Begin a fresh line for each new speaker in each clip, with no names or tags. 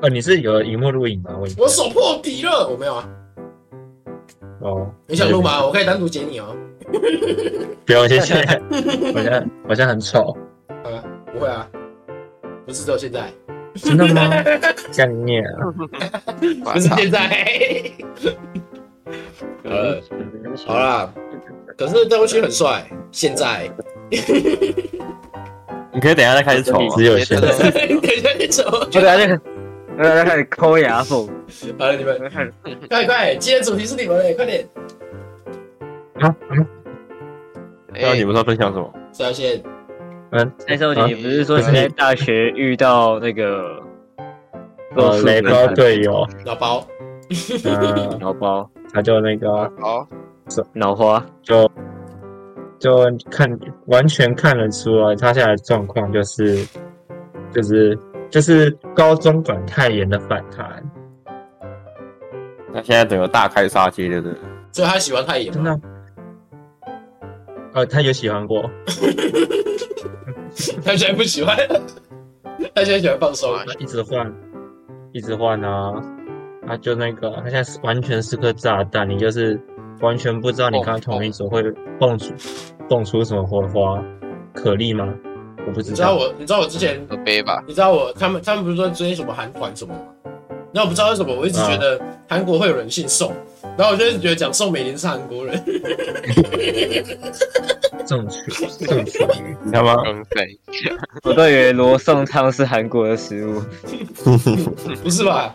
哦，你是有荧幕录影吗？我
我手破皮了，我没有啊。
哦，
你想录吗？我可以单独截你哦。
不用，谢谢。我现在我现在很丑，
好了，不会啊，不是只有现在，
真的 吗？干你啊！
不是现在。呃，好啦，可是邓文勋很帅，现在。
你可以等一下再开始丑吗？
只有现在
等一下，你走。
我等下就开始，我等下就开始抠牙缝，
好了，你们
我开始
快快，今天主题是你们嘞，快点。
啊啊！
哎
那你们要分享什么？
萧亚轩，
嗯，
蔡少杰，
啊
你不是说你在大学遇到那个
我呃雷包队友，
老包，
嗯，
脑包、
他就那个
好，
脑花？
就就看完全看得出来，他现在的状况就是就是就是高中管太严的反弹，
那现在整个大开杀戒，对不对？
所以他喜欢太野
真
嘛，
的。呃，他有喜欢过，
他现在不喜欢，他现在喜欢放松啊。
一直换，一直换啊！他就那个，他现在是完全是颗炸弹，你就是完全不知道你刚刚同一组会蹦出蹦出什么火花，可莉吗？我不知
你知道
道，
我，你知道我之前
喝杯吧。
你知道我他们他们不是说追什么韩团什么的吗？然后我不知道为什么，我一直觉得
啊
韩国会有人姓宋，然后我就一直觉得讲宋美龄是韩国人，
正确正确，
你他妈
刚才
我都以为罗宋汤是韩国的食物，
不是吧？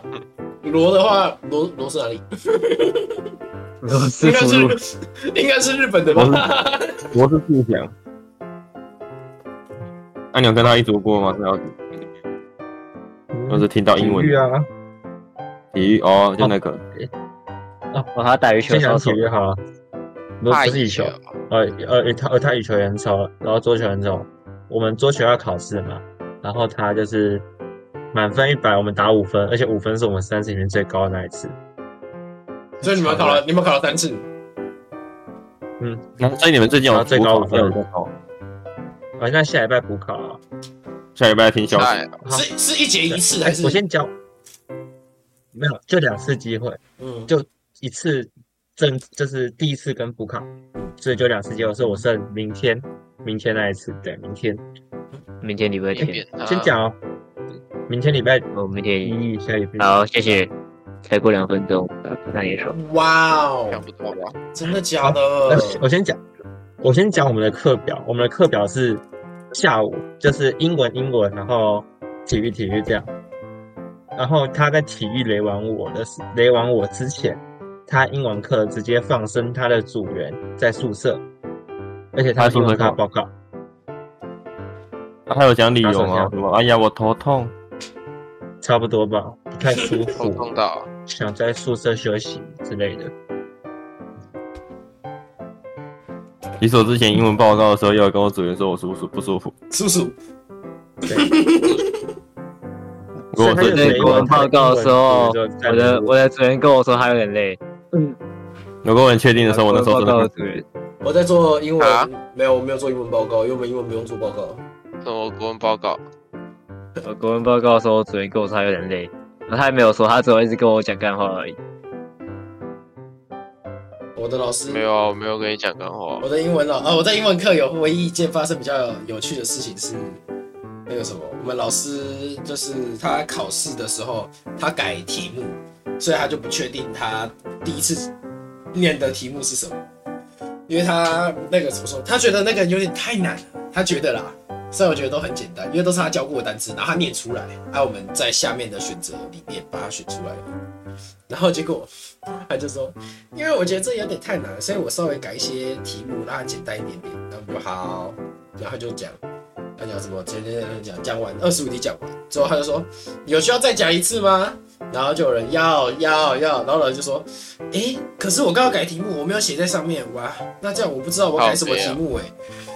罗的话，罗罗是哪里？
罗斯
应该
福路。
是应该是日本的吧？
我是不想。那、你有跟他一组过吗？那我是听到英文
体育啊，
体育哦，就那个、
哇，他打羽球
先
超
讲
丑
体，育好了，如果不是羽球，呃呃，呃他呃他羽球也很丑，然后桌球很丑。我们桌球要考试嘛，然后他就是满分一百，我们打五分，而且五分是我们三次里面最高的那一次。
所以你们考了，你们考了三次，
那所以你们哦最近有
啊最
补
高
考
五分
有在考
啊，那下礼拜补考啊。
下礼拜听消息。啊
哎，
好
是是一节一次
哎
还是
我？先讲，没有，就两次机会，
嗯，
就一次正就是第一次跟补考，所以就两次机会，所以我剩明天，明天那一次，对，明天
明天礼拜
你
天
扁，他
先讲哦，明天礼拜
我明天
一，下礼拜
好，谢谢。才过两分钟，呃那也说
哇
看
哦，
啊不到吧？
真的假的？
呃，我先讲，我先讲我们的课表。我们的课表是下午，就是英文英文，然后体育体育这样。然后他在体育雷完我的时雷完我之前，他英文课直接放生他的组员在宿舍，而且他
他宿舍
英文课
干嘛
报告，
那、他有讲理
他
由
想
吗？
想
什么？哎呀，我头痛。
差不多吧，不太舒
头痛
服，
到
想在宿舍休息之类的。
其实我之前英文报告的时候，也有跟我组员说我舒服不舒服。
叔叔，
如果
所以他就
那个
是
雷
国文报告的时候，
英文组就在
我的我的主人跟我说他有点累。
如果我很确定的时候，我那时候
国文
真
报告的
的
主人，
我在做英文
啊，
没有，我没有做英文报告，因为我们英文不用做报告。
什么国文报告？
我呃国文报告的时候，主人跟我说他有点累，然后他也没有说，他只有一直跟我讲干话而已。
我的老师
没有啊，我没有跟你讲 干话
我。的英文老啊，我在英文课有唯一一件发生比较有趣的事情是，那个什么，我们老师就是他考试的时候，他改题目，所以他就不确定他第一次念的题目是什么，因为他那个怎么说，他觉得那个有点太难了，他觉得啦，虽然我觉得都很简单，因为都是他教过的单词，然后他念出来，啊，我们在下面的选择里面把它选出来然后结果他就说，因为我觉得这有点太难了，所以我稍微改一些题目，让它简单一点点。然后我们就好，然后他就讲，他讲什么，讲讲讲讲，讲完二十五题讲完之后，他就说有需要再讲一次吗？然后就有人要要要，然后老师就说，诶，可是我刚刚改题目，我没有写在上面，哇，那这样我不知道我改什么题目诶。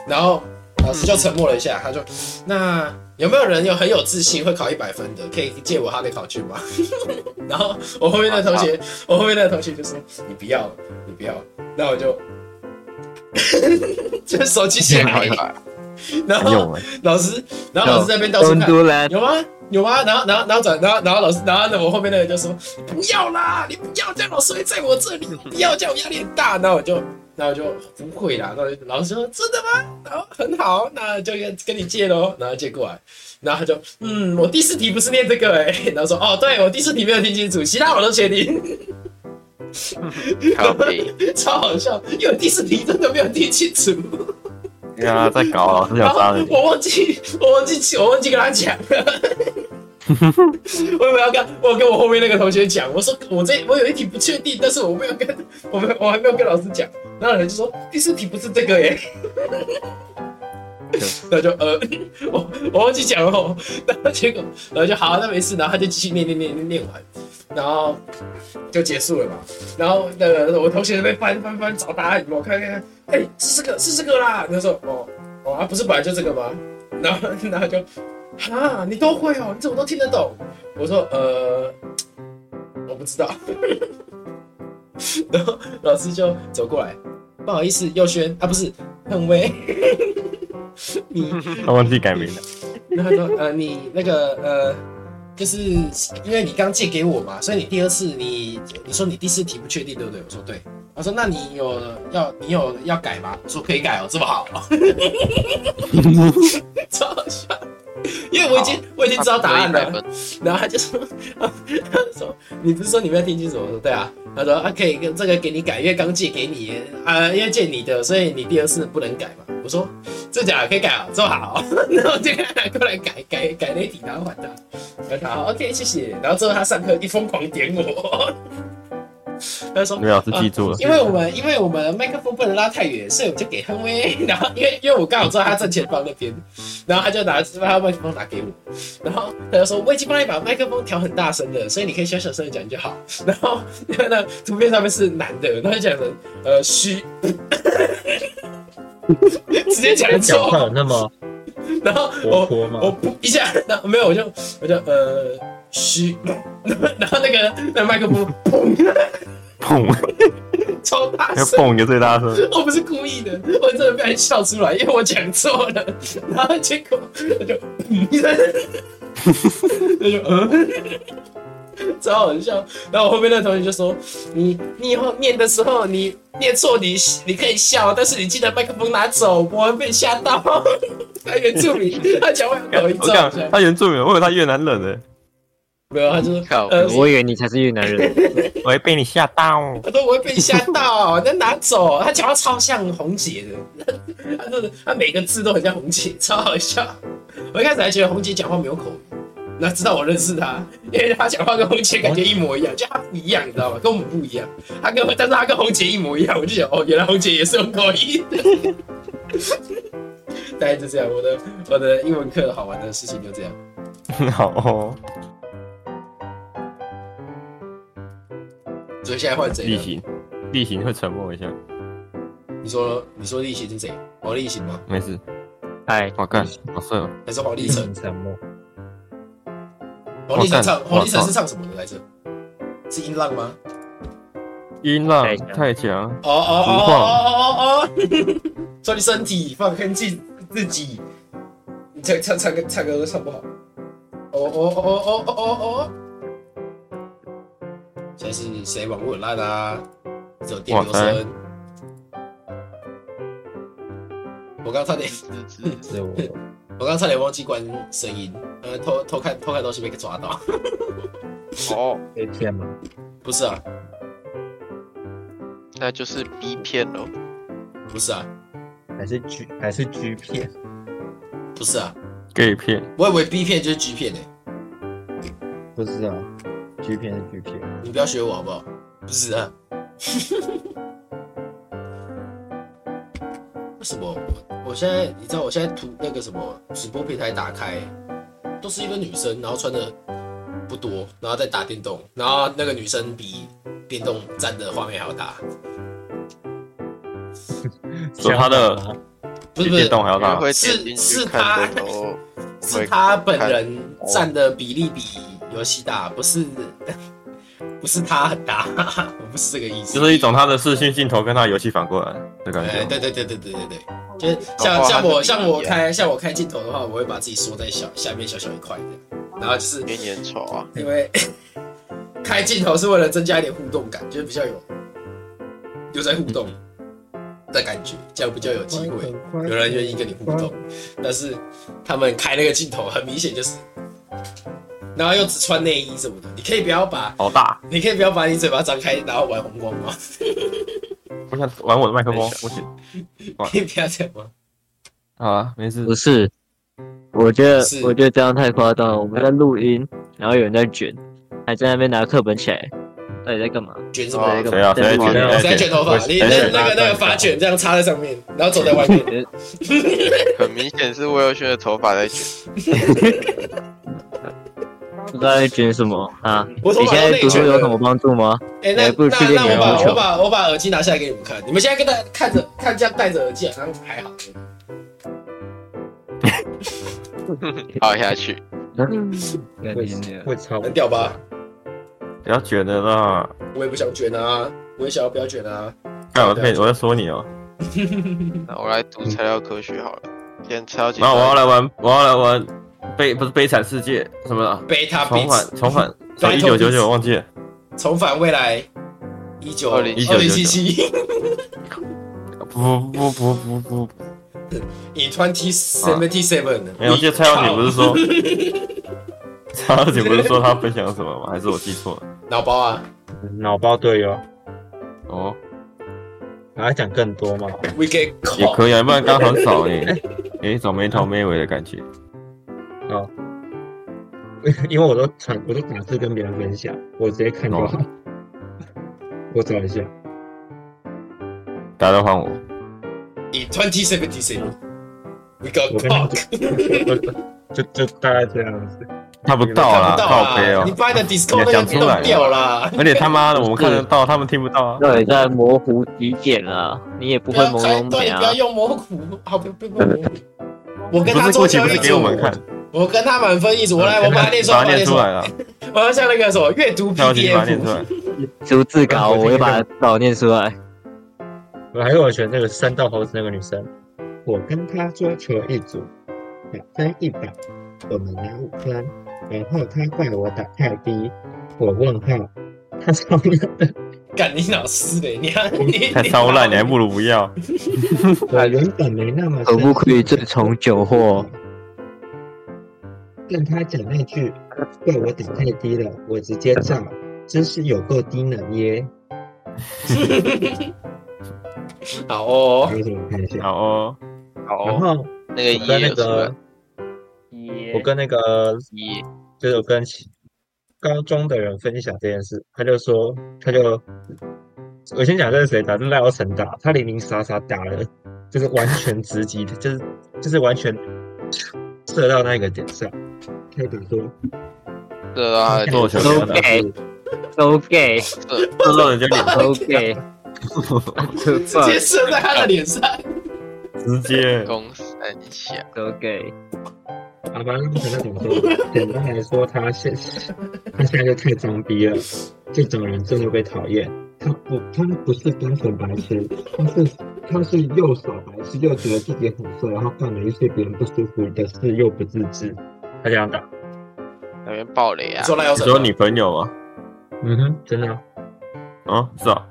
然后老师就沉默了一下，他就那有没有人有很有自信会考一百分的，可以借我他的考卷吗？ 然后我后面的同学，我后面的同学就说你不要，你不要，那我就 就手机起
考
来
一，百，
然
很
后
用哎、
老师，然后老师在那边到处看
Don't，do that，
有吗？有吗？然后然后然后转，然后然后老师，然后呢，我后面那个就说不要啦，你不要这样，老师会在我这里，不要这样，我压力很大。然后我就，然后我就不会啦。然后老师说真的吗？然后很好，那就跟跟你借喽。然后借过来，然后他就嗯，我第四题不是念这个哎、 然后说哦，对我第四题没有听清楚，其他我都确定。
靠背，
超好笑，因为第四题真的没有听清楚，
哎呀，在搞老师
然
想
后
杀了你，
我忘记我忘记我忘记跟他讲了。 我有没有跟我跟我后面那个同学讲？我说我这我有一题不确定，但是我没有跟我没有我还没有跟老师讲。然后人就说第四题不是这个耶， 然后就呃我我忘记讲了，哦然后结果然后就好，那没事，然后他就继续念念念念念完，然后就结束了嘛。然后那个我同学在那边翻翻翻找答案，我看看，哎、是这个是这个啦。他说哦哦，啊不是本来就这个吗？然后 然后就啊，你都会哦，你怎么都听得懂？我说呃，我不知道。 然后老师就走过来，不好意思，佑轩啊，不是恨威， 你
他忘记改名了。
然后他说：“呃，你那个呃，就是因为你刚借给我嘛，所以你第二次你你说你第四题不确定，对不对？”我说：“对。”他说：“那你有要你有要改吗？”我说：“可以改哦，这么好。” 超好笑，因为我已经我已经知道答案
100
了。
分，
然后他就说， 他就说 你不是说你没有听清楚？我说对啊。他说啊，可以跟这个给你改，因为刚借给你啊，因为借你的，所以你第二次不能改嘛。我说这假的可以改啊，这么好， 然后我就给他拿过来改改改那题，然后还他，然后他好 OK 谢谢。然后之后他上课一疯狂点我， 他说呃
你。们老师记住了，
因为我们因为我们麦克风不能拉太远，所以我就给亨威。 然后因为因为我刚好知道他正前方那边，然后他就拿把他麦克风拿给我，然后他就说我已经帮你把麦克风调很大声了，所以你可以小小声的讲就好。然后那那图片上面是男的，然后就讲成呃虚， 直接讲
讲话
错。
有那么
然后
活
我
泼吗？
我噗一下，然后没有，我就我就呃虚，然后 然后那个那个麦克风砰
砰，
超大
要
声。
砰就最大声。
我不是故意的，我真的被人笑出来，因为我讲错了，然后结果我就，嗯他就嗯，超好笑。然后我后面那同学就说：“你你以后念的时候，你念错你你可以笑，但是你记得麦克风拿走，我会被吓到。” 他原住民，他讲话有口音，
我
超好
讲
笑。
他原住民，我以为他越南人呢，
没有，他就说
靠
呃
背，
我以为你才是越南人，
我会被你吓到。
他说我会被吓到，那拿走。他讲话超像红姐的，他真的，他每个字都很像红姐，超好笑。我一开始还觉得红姐讲话没有口音，那直到我认识她，因为她讲话跟红姐感觉一模一样，就她不一样，你知道吗？跟我们不一样。她跟我，但是她跟红姐一模一样，我就想，哦，原来红姐也是有口音。大概就这样，我的我的英文课好玩的事情就这样。
好哦，
所以现在换谁
例
了？
行，例行会沉默一下，
你说你说立行是谁？黄立行吗？
没事。
哎，
我干，好帅哦！
还是黄立
一
成？
成沉默。
黄立成唱，
我看
黄立成
我
是唱什么的来着？是音浪吗？
音浪太强，
哦哦
不
哦
晃
哦哦哦哦！说你身体放空自自己，你唱唱唱歌唱歌都唱不好。哦哦哦哦哦哦哦！现在是谁网络很烂啊？只有电流
哇
声
塞。
我刚差点，
是我，
我刚差点忘记关声音，呃，偷偷看偷看东西被抓到。
哦，
被骗吗？
不是啊，
那就是 B 片喽，
不是啊，
还是 G 还是 G 骗？
不是啊，
gay 片，
我以为 B 片就是 G 片呢、
不是啊，G 骗是 G 骗。
你不要学我好不好？不是啊。 为什么我我现在你知道我现在图那个什么直播平台打开，都是一堆女生，然后穿的不多，然后在打电动，然后那个女生比电动占的画面还要大，
所以他的
想法吗
不是
比
不
电
是
动还要大
约。会
是
点进
是
去看
他
的哦，
是她本人
哦
占的比例比游戏大，不是 不是她很大， 不是这个意思，
就是一种他的视讯镜头跟他游戏反过来的感
哎，
觉。
对对对对对对对，哦就是
搞
像
不好
像
它
我像我
是一样
开像我开镜头的话，我会把自己缩在小下面小小一块的，然后就是
给你很丑啊，
因为 开镜头是为了增加一点互动感，就是比较有有在互动的感觉，这样比较有机会，有人愿意跟你互动。但是他们开那个镜头，很明显就是，然后又只穿内衣什么的，你可以不要把，
好大！
你可以不要把你嘴巴张开，然后玩红光吗？
我想玩我的麦克风，我想哇
可以不要这样吗？
好啊，没事
不。是，我觉得
是
我觉得这样太夸张了。我们在录音，然后有人在卷，还在那边拿课本起来，到底在干嘛？
卷什
到底在
么？
干
谁啊？
嘛？
谁在
在干嘛
谁
卷？
哦在卷头发？你那那个那个发卷这样插在上面，然后走在外面。
很明显是魏若萱的头发在卷。
不知道在卷什么啊？
我头
你
发
现
都
在
内
读书
卷
有什
了
么。帮 助吗？
哎、那
哎不如去
那
练
那我
羽毛
把
球
我把我把耳机拿下来给你们看，你们现在跟大看着看这样戴着耳机，好像还好。
凹下去，
干你娘
会超
很屌吧？
不要卷了啦！
我也不想卷啊，我也想要不要卷啊。
看我被我在说你哦。
那我来读材料科学好了。先超级
然后我要来玩，我要来玩悲不是悲惨世界什么的，
贝塔比
重返重返从
Battle
一九九
Beats
九忘记了
重返未来，一九
20
二零七七
不不不不不不，
，in twenty seventy seven。
没有，我记得蔡小姐不是说蔡小姐不是说她分享什么吗？还是我记错了？
脑包啊
脑包队友，
哦，
还要讲更多吗？
？We get
也
caught。
可以啊，不然刚刚很 少哎、欸，哎、找没头没尾的感觉。
因为我都传，我都打字跟别人分享，我直接看就好。 我找一下，
大家都换我，
in twenty seventy seven。We got
我跟他
caught。
就 就就大概这样子。
看不到
看
啦，
不到
靠背
啊！
哦
你。把你的 Discord 那
你也
个
讲出来
弄掉啦。
而且他妈的，我们看得到，他们听不到啊。
到底在模糊几点啊？你也不
不
会
要
朦
开
胧
对，
美
你不要
啊？
用模糊，好，不不不不不。我跟
不
他
是
做
过期，
交
不是
易
给我们看，嗯
我跟他满分一组，我来，我把它念出来，
把
我把它
它念
念
出
出来，
来了。
我要像那个什么阅读
蔡小姐，你把它念出
PDF，
来。
逐字稿，我会把稿念出来。
我还有我选那个三道猴子那个女生，我跟她桌球一组，两分一百，我们拿五分，然后她怪我打太低，我问号，她说
干你老师嘞，你看你
太骚烂，你还不如不要。
我呃原本没那么
可不可以自从酒后？
跟她讲那句怪我打太低了，我直接炸，真是有够低能耶！
好哦，
还有什么看一下？
好哦，
好
然
哦，
后
那个
我跟
一
那
有出来
个，我跟那个
一
就是我跟其高中的人分享这件事，他就说，他就我先讲这是谁打，是赖耀成打，他零零散散打了，就是完全直击，就是就是完全射到那个点上。他就打说，
这啊，
看
做球
这
员
个
的
打字
都 gay，
这
这让人家脸
都 gay。
直
啊
接射在他的脸上，啊
直接
公三小，
都 gay，
阿巴让成那种说，简单来说，他现他现在就太装逼了，这种人真的被讨厌。他不，他不是单纯白痴，他是他是右手白痴，又觉得自己很帅，然后干了一些别人不舒服的事又不自知。他这样打，
那边爆雷啊
你，说赖有什
只有
么？
女朋友啊？
嗯哼，真的啊、
啊，是啊。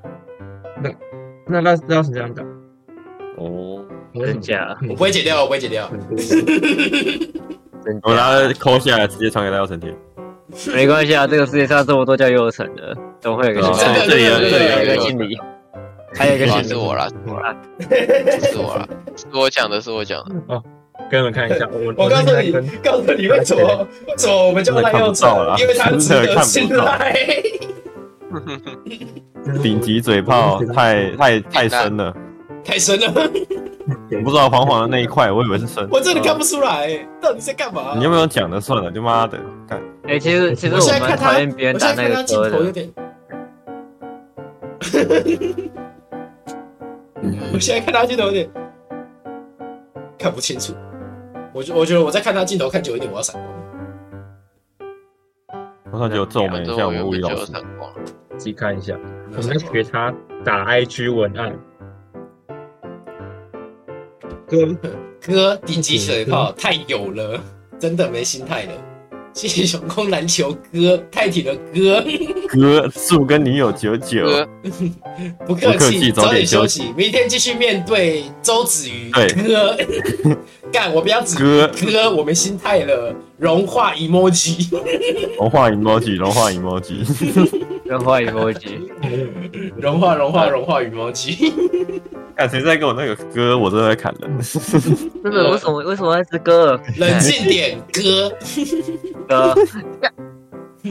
那那那要是这样打，
哦，
我
真假？
我不会剪掉，我不会剪掉，
嗯
很多人
真假？
我拿它抠下来，直接传给大家成天。
没关系啊，这个世界上这么多叫优城的，总会有一个
对啊
姓
真的
李，
这里有
真的
这里
有
有
一
一
个
个
姓李，还有一个
啊
姓
是
李。
我啦，是我啦，是我讲的，是我讲的，
给你们看一下，我
我告诉你
跟，
告诉你为什么为什么我们叫赖又成
真的看不到啦，
因为他值
真
得
的看不到
信赖。
顶级嘴炮太太太深了，
太深了，
我不知道黄黄的那一块，我以为是深。
我真的看不出来，
嗯
到底在干嘛？
你有没有讲的算了，就妈的，干
哎，其实哎其实
我现在
蛮
看他
讨厌别人
我现
打
在看
那
他
个
镜
歌
头有
的，
点。我现在看他镜头有点看不清楚，我觉我觉得我在看他镜头看久一点，我要闪光。
我感觉有皱眉，
这
像我
我
们
原
物
本
理
就
老
有
师。
闪光，
自己看一下，我们学他打 IG 文案。哥，
哥，顶级水炮太有了，真的没心态了。谢谢熊空篮球哥，泰体的哥，
哥，祝跟女友九九，
哥，
不客
不客
气，
气
早
早
点
点
休
休
息，明天继续面对周子瑜
对
哥。 干，我不要子瑜
哥，
哥，我们心态了，融化 emoji。
融化 emoji，融化 emoji，
跟画 emoji，
融化融化融化羽毛机，
看谁在跟我那个哥，我真的会砍人。
真的为什么为什么那只歌
冷静点，哥。
歌？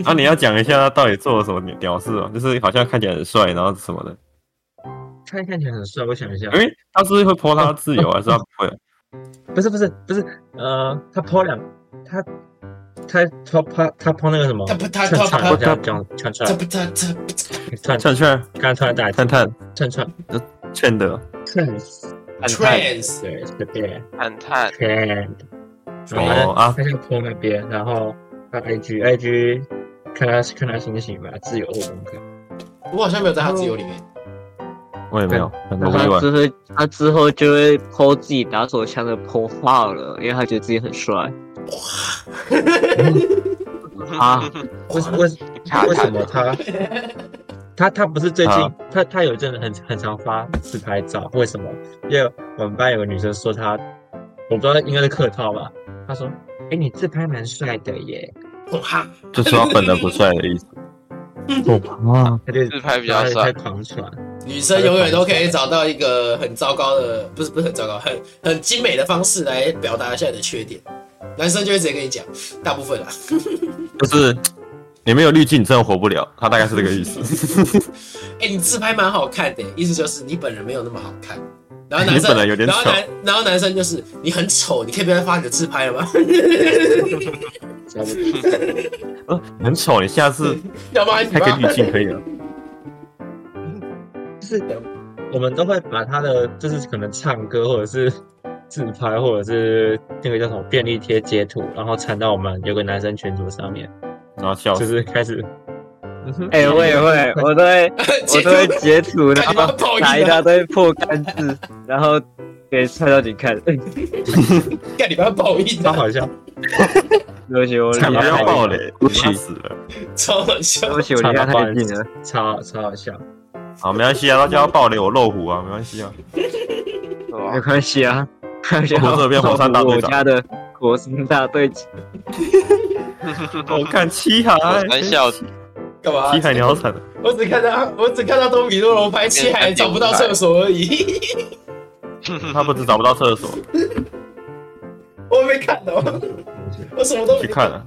啊，你要讲一下他到底做了什么屌事哦，就是好像看起来很帅，然后什么的。
看看起来很帅，我想一下
因，为他是会泼他自由，还是他不会？
不是不是不是，呃，他抛两，他他他抛他抛那个什么
他不他
串
他
串，
他
我想讲串
这
串
不这这不
串串，
劝劝
刚才突然打
探探
串串
劝的，
trans，
trans
对，这边
感叹
trans，然
哦
后
啊
他就抛那边，然后他 IG IG 看他看他心情吧，自由或公开。
我好像没有在他自由里面。
我也没有，很多意
他
外。
之后他之后就会剖自己打手枪的剖化了，因为他觉得自己很帅。啊，
为什为什
卡
为
卡
什么他他他不是最近
啊
他他有一阵子很很常发自拍照，为什么？因为我们班有个女生说他，我不知道应该是客套吧，她说：“哎、你自拍蛮帅的耶。
哇，
就说他本来不帅的意思。哇，”
她就
哦啊自拍比较
她
帅
就狂传，
女生永远都可以找到一个很糟糕的，不是不是很糟糕，很很精美的方式来表达一下你的缺点。男生就会直接跟你讲，大部分啦，
就是你没有滤镜，你真的活不了。他大概是这个意思。
哎、你自拍蛮好看的，意思就是你本人没有那么好看。然后男
你
生
本人有，点
然后
丑
男，然后男生就是你很丑，你可以不要再发你的自拍了吗？
知道不
呃很丑，你下次
要不然你
开个
把
滤镜可以了。
就是我们都会把她的就是可能唱歌或者是 自拍或者是那个叫什么便利贴截图，然后传到我们有个男生群组上面，
然后笑
就
死，
是开始。
哎、我也会，我都会，我
截
都会
图
截图，然
看你妈报
后
应啊
打一大堆破干字，然后给蔡小姐看。
干你妈报应
超
的，
好笑，
对不起，我离
惨不
他
要
太
爆
近，
雷，我气死了。
超好笑
对。不起，我离他啊太近了。
超超好笑。
好，没关系啊，大家要爆雷，我漏虎啊，没关系啊。
是
没
吧？
关系啊， 看一下
我这边火山大队长
我家的火山大队长，
我看七海，
我三笑
干嘛？
七海你好惨啊，
我只看到我只看到东比诺龙拍七海找不到厕所而已，
他不止找不到厕所，
我没看到，我什么都没
去看啊，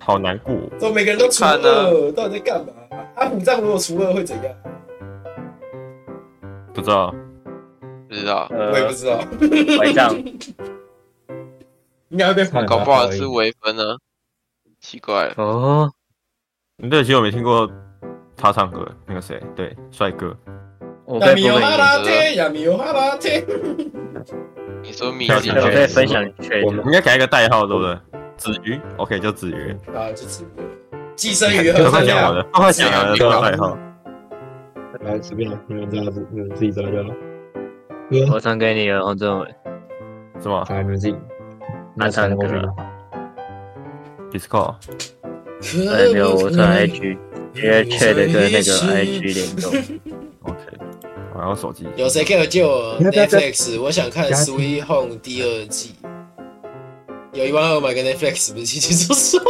好难过。
怎么每个人都除
看啊
二？到底在干嘛？阿虎藏如果除二会怎样？
不知道，
不知道，
我也不
呃，
知道，
拐杖，
应该会被罚。
搞不好是微分呢，奇怪了，
哦，
对，其实我没听过他唱歌，那个谁，对，帅哥，
我
亚
被
米
不
尤哈
美，
拉贴，亚米尤哈拉贴，
你说米
跳
粒
进
我
去
被分享圈
我，们
应该给他一个代号，对不对？子瑜，OK，叫子 瑜。
啊，就只寄生鱼
都
和分
快讲完
量。
了，都快讲完
啊
了，这个代号。
来随便，你们知道，你们自己知道就好。
我唱给你了，黄正伟，
是吗
嗯哎好，你们自己。
那唱歌了
？Discord，
还没有
嗯
我传 IG，因为 Chat 跟那个 IG 联动，
OK，我要手机。
有谁可以借我
不要不要不要
Netflix？我想看《
不要
Sweet Home》第二季。有一万二买个 Netflix 不是轻轻松松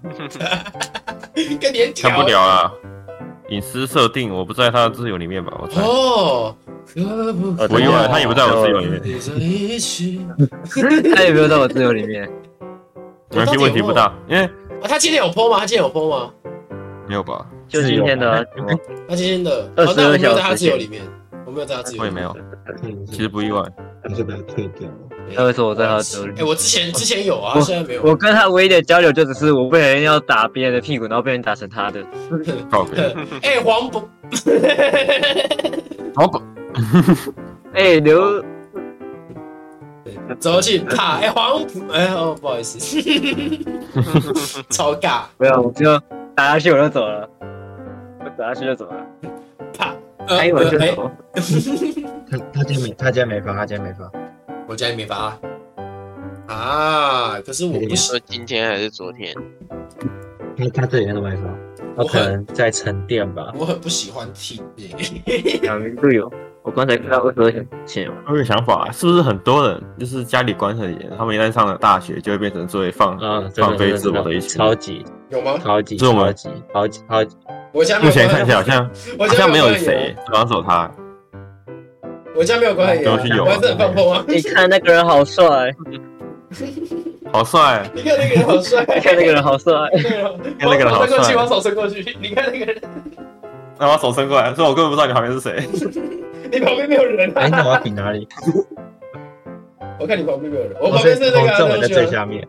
吗？ 跟你很屌
看不了啊，隐私设定我不在他的自由里面吧？我猜，
哦，可不可
呃我以为他也不在我自由里面，
以在一起？
他也没有在我自由里面，
没关系，问题不大，因为
啊，他今天有 PO 吗？他今天有 PO 吗？
没有吧？
就今天的啊
自由啊
他今天的，
22
哦，那我没有在他
小时
自由里面，我没有在他自由
我
里
也
面
没。有，
嗯，
其实不意外。
还是把它退掉。
他会说我在他的自由里
哎，
面。
我之前之前有啊，他现在没有。
我跟他唯一的交流就只是我被人要打别人的屁股，然后被人打成他的。
告别，
哎，黄渤，
好吧，
哎、刘
走过去啪，哎，黄渤，哎，哦，不好意思， 超尬，
没有，我就打下去我就走了，我打下去就走了，
啪，
呃
打
呃
一会
哎
儿就
哎
走。
他他今天没，他今天没发，他今天没发。
我家里没发，啊，可是我不行，
说今天还是昨天？
因为他这里面都没说，他可能在沉淀吧。
我很不喜欢听耶、
两名队友，我刚才看到二十二小钱，
我有个想法，啊是不是很多人就是家里管很严，他们一旦上了大学，就会变成最放
啊，真
放
的真
飞
的
自
真
我的一
的
群
超级
有吗？
超级
是我
超
们
级超级超级，
我家没
目
有管很啊
前看起来好像
我
好
家
像没有
管很
谁
严，，
主要走他。
啊我家没有管很严
都是有
啊，我还是很放风啊。
你看那个人好帅，
好帅，
你看那个人好帅，
你看那个人好帅，
啊看那个人好帅
我手伸过去，我手伸过去，你看那个人，
然后把手伸过来，所以我根本不知道你旁边是谁。
你旁边没有人
哎，那
啊！
我要比哪里？
我看你旁边没有人，我
我
旁
是
边是
从
那个啊
正文的
那个
最
学
下面，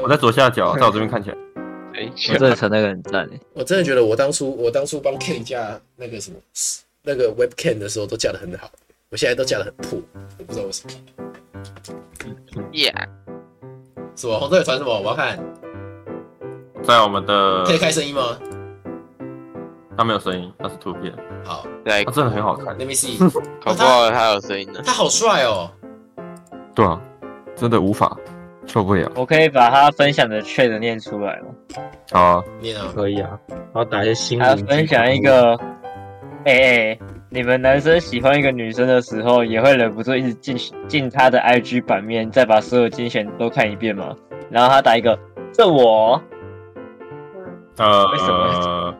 我在左下角，在我这边看起来，
等一
我
下，
真的成那个很赞欸
我真的觉得我当初我当初帮 Ken 架那个什么那个 Webcam 的时候都架得很好，我现在都架得很破，我不知道为什么。
耶！
什么红队传什么？我要看，
在我们的
可以开声音吗？
它没有声音，它是图片，
好
来
它，真的很好看。
，Let me see，
搞不好还有声音呢。
他好帅哦！
对啊，真的无法受不了。
我可以把他分享的确的念出来吗？
好啊，
念啊，
可以啊。然后打一些心
还要
灵。
分享一，个，哎、哎你们男生喜欢一个女生的时候，也会忍不住一直进进她的 IG 版面，再把所有精选都看一遍吗？然后他打一个，这我
呃，
为什么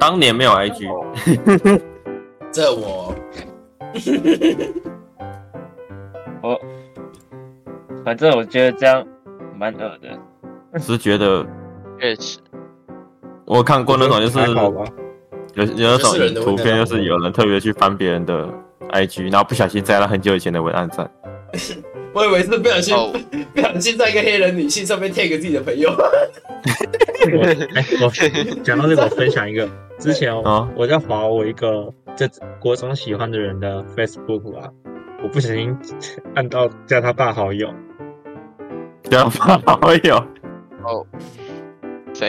当年没有 IG，
这我
我，反正我觉得这样蛮恶的。
只是觉得
确实，
我看过那种，就是
还好吧。
有有那种
就是人的
图
问
片，
题啊
就是有人特别去翻别人的 IG，然后不小心在他很久以前的文案上。
我以为是不小心
哦，
不小心在一个黑人女性上面 tag 自己的朋友，
我哎，我讲到这个，我分享一个，之前我
啊
我在划我一个这国中喜欢的人的 Facebook 啊，我不小心按到加他爸好友，
啊不要发好友，
等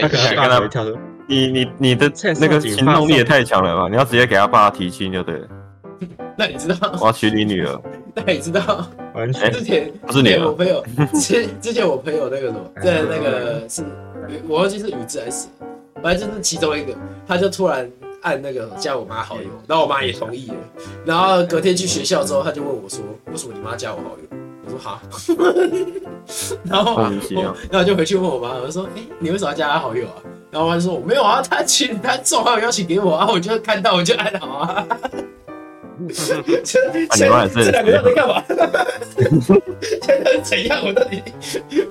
他
一
可能
下
想，
爸
哎跟他
回跳说，
你你你的
这也是
那个
警
行
方
动力
送
也太强了吧！你要直接给他爸提亲就对了。
那你知
哦
道？
我要娶你女儿，
那你知道？
完全
之前
哎
哎
不是你
之前我
了，
朋友，之之前我朋友那个什么，在那个是，我忘记是宇智还是谁，反正就是其中一个，他就突然按那个加我妈好友，然后我妈也同意了，然后隔天去学校之后，他就问我说，为什么你妈加我好友？我说哈，
啊
然后
莫名其妙
我然后就回去问我妈，我说，哎、你为什么要加她好友啊？然后我妈就说我没有啊，她请她送好友邀请给我啊，我就看到我就按好啊。
嗯
这这
妈也是
这两个到底在干 嘛？现在是怎样？我到底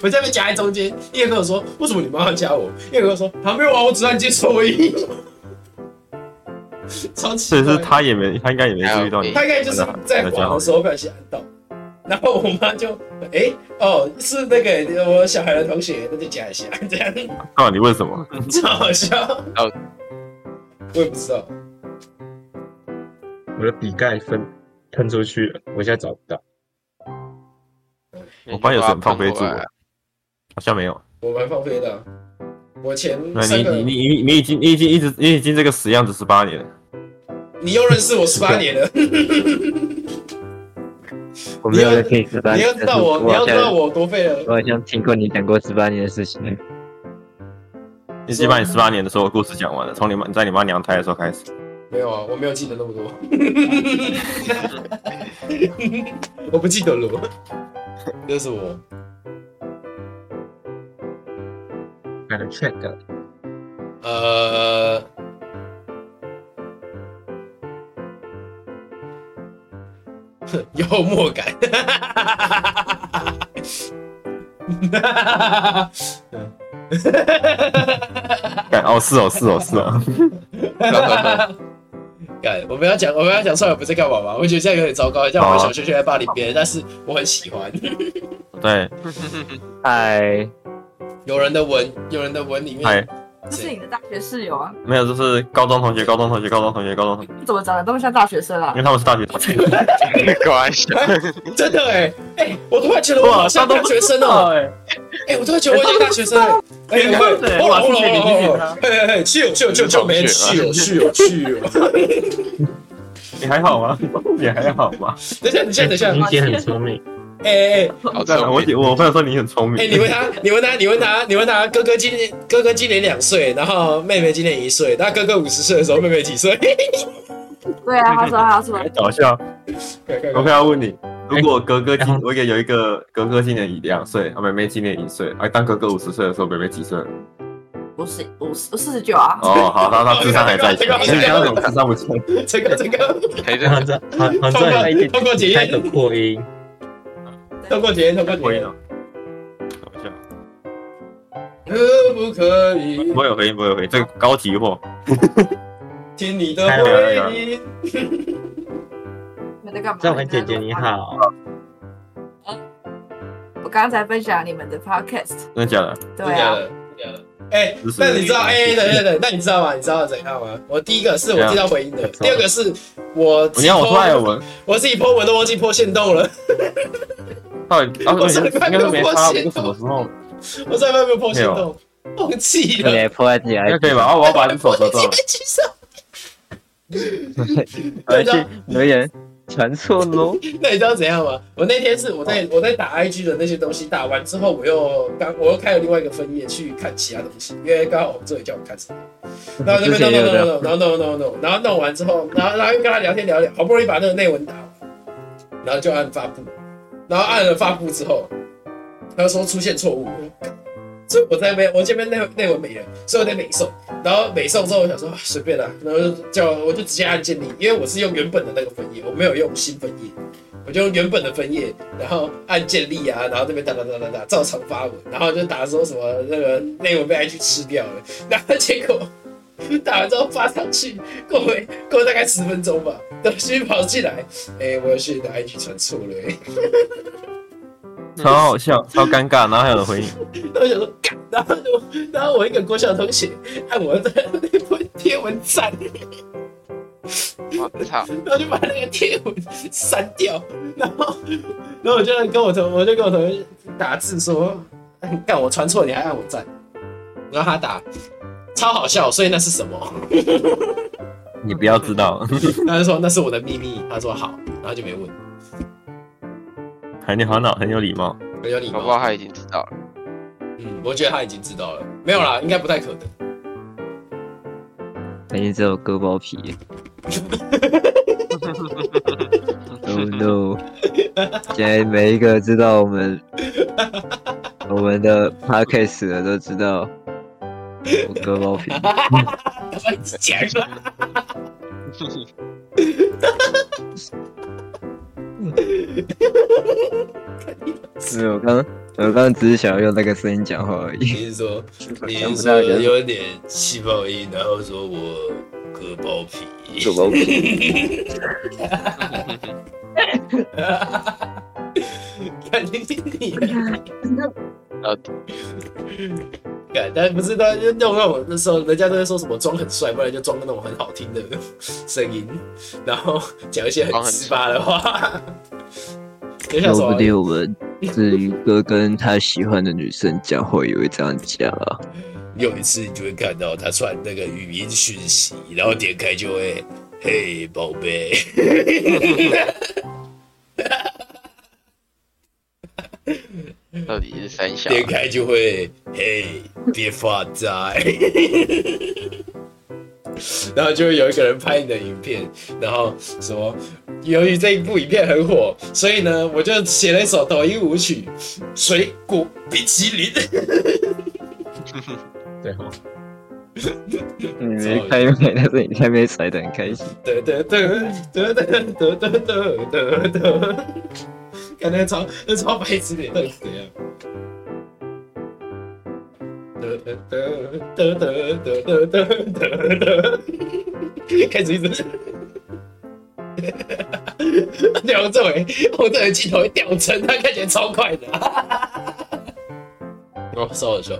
我在被夹在中间。一个跟我说为什么你妈要加我，一个跟我说啊没有啊，我只按接受而已。超奇
所以
怪
是，他也没，他应该也没注意到你。
哎
大概就是在滑的时候不小心按到，然后我妈就哎、哦是那个我小孩的同学，那就加一下，这样
告诉你为什么？
超好笑。
哦
我也不知道，
我的笔盖分喷出去了，我现在找不到。
我班有人放飞自
过
我
来，
好像没有。
我蛮放飞的啊。我前
那
三
你
个
你你你你已经你已经一直你已经这个死样子十八年了，
你又认识我十八年 了，
我
没有在
听十八
你要知道我，你要知道，我多废了。
我好像听过你讲过十八年的事情。
已经把你十八年的所有故事讲完了，从你妈你在你妈娘胎的时候开始。
没有啊，我没有记得那么 多，我不记得了。这是我，
买了 check，
呃， 哼幽默感。
干哦是哦是哦是哦，
干，我们要讲，我们要讲算了，不是干嘛嘛？我觉得这样有点糟糕，像我们
好啊
小圈圈在霸凌别人，但是我很喜欢。
对，
嗨，
有人的文，有人的文里
嗨
面，
这是你的大学室友啊，
没有就是高中同学高中同学高中同学高中同学，
你怎么长得那么像大学生啊
嗯
因为？他们是大学同学。
开玩笑，
真的哎、哎、我突然觉得我好像大学生哦、
哎，
哎、我突然觉得我像大学生、欸。哎、欸，我我我我，嘿嘿嘿，去有去有去有去有没去有去有去有。
你还好吗？你还好吗？
等一下，等一下，等一下，
你姐很聪明，
哎哎哎
好
干了，
聪
我
明，
我朋友说你很聪明
哎，， 你问他，你问他，你问他，你问他，哥哥今年哥哥今年两岁，然后妹妹今年一岁，那哥哥五十岁的时候，妹妹几岁？
对啊，他说他说
太搞笑。
快快
我
快
快要问你，如果哥哥
然
今
后
我也有一个哥哥今年两岁，啊，妹妹今年一岁，啊，当哥哥五十岁的时候，妹妹几岁？
五十五十四十九啊，
哦，好，那他智商还在线， 你刚刚怎么智商不见？
这个这个
陪着
杭州杭杭州
通过
有一点
通过检验
开个扩音，
通过检验，通过
回
检
音
验，
哦，搞笑，
可不可以
不会有回音，不会有回音，这个高级货。
听你的
哎呀
哎呀
回音？
你们在干嘛？嗯
郑文姐姐你，好，
我刚才分享你们的 podcast，
真的假的？
对啊，
真的假的，哎、
支持
那你知道？哎、等等等，那你知道吗？你知道怎样吗？我第一个是我听到回音
怎
的，
样
第二个是我自己
你看
po,
我突然有闻，
我自己泼文都忘记泼线动了，
到底啊，
我上
应
礼拜
该是没
没有
发，
发
不
现
是什么时候？
我再也没有泼线动，忘记了。
对，破坏自己
应该
IG
可以吧？？啊，我要把你手折断 了。
去上，
而且留言传错喽。
那你知道怎样吗？我那天是我在我在打 IG 的那些东西打完之后，我又刚我又开了另外一个分页去看其他东西，因为刚好我们助理叫我看什么，然后我就
之前也有这
弄弄弄弄
样
弄弄弄弄，然后弄完之后，然后然后又跟他聊天聊聊，好不容易把那个内文打完，然后就按发布，然后按了发布之后，他就说出现错误。所以我在没，我这边内内文没人，所以我在美送，然后美送之后我想说啊随便啦，然后就叫我就直接按建立，因为我是用原本的那个分页，我没有用新分页，我就用原本的分页，然后按建立啊，然后这边哒哒哒哒哒，照常发文，然后就打说什么那个内容被 IG 吃掉了，然后结果 打完之后发上去，过没过大概十分钟吧，东西跑进来，哎、我要是你的 IG 传错了、欸，
超好笑，超尴尬，然后还有人回应，
然后我想说干，然后就然后我一个国小同学按我的那篇贴文赞，
我操，
然后就把那个贴文删掉，然后然后我就跟我同我就跟我同学打字说，干我传错你还按我赞，然后他打超好笑，所以那是什么？
你不要知道，
他就说那是我的秘密，他说好，然后就没问，
很好脑，很有礼貌。
很有礼
搞不好
貌。
他已经知道了。
嗯，我觉得他已经知道了，没有啦，应该不太可能。
肯定只有割包 皮。oh no！现在每一个知道我们我们的 podcast 的都知道我割包 皮。
我讲了，
是我刚我刚刚只是想要用那个声音讲话而已。
你是 说你
想
是
不到
说
人
有点气泡音，然后说我割包皮，
割包皮，
看你你
呃，
干，但不是他就弄那种那时候人家都在说什么装很帅，不然就装那种很好听的 声音，然后讲一些很
装很
奇葩的 话。就像什
说
么
不定我们至于哥跟他喜欢的女生讲话也会这样 讲啊。
有一次你就会看到他传那个语音讯息，然后点开就 会，嘿，宝 贝，
到底是三小啊，
点开就会，嘿，别发呆。 然后就会有一个人拍你的影片，然后说，由于这一部影片很火，所以呢，我就写了一首抖音舞曲《水果冰淇淋》。
对哦，
你没看，因为那时候你在那边甩的很开心。
得得得得得得得得得得，感觉超那超白痴的，到底是怎样？得得得得得得得得得得，开始一直。梁政委，我这个镜头会掉帧，他看起来超快的。哦，稍等一下，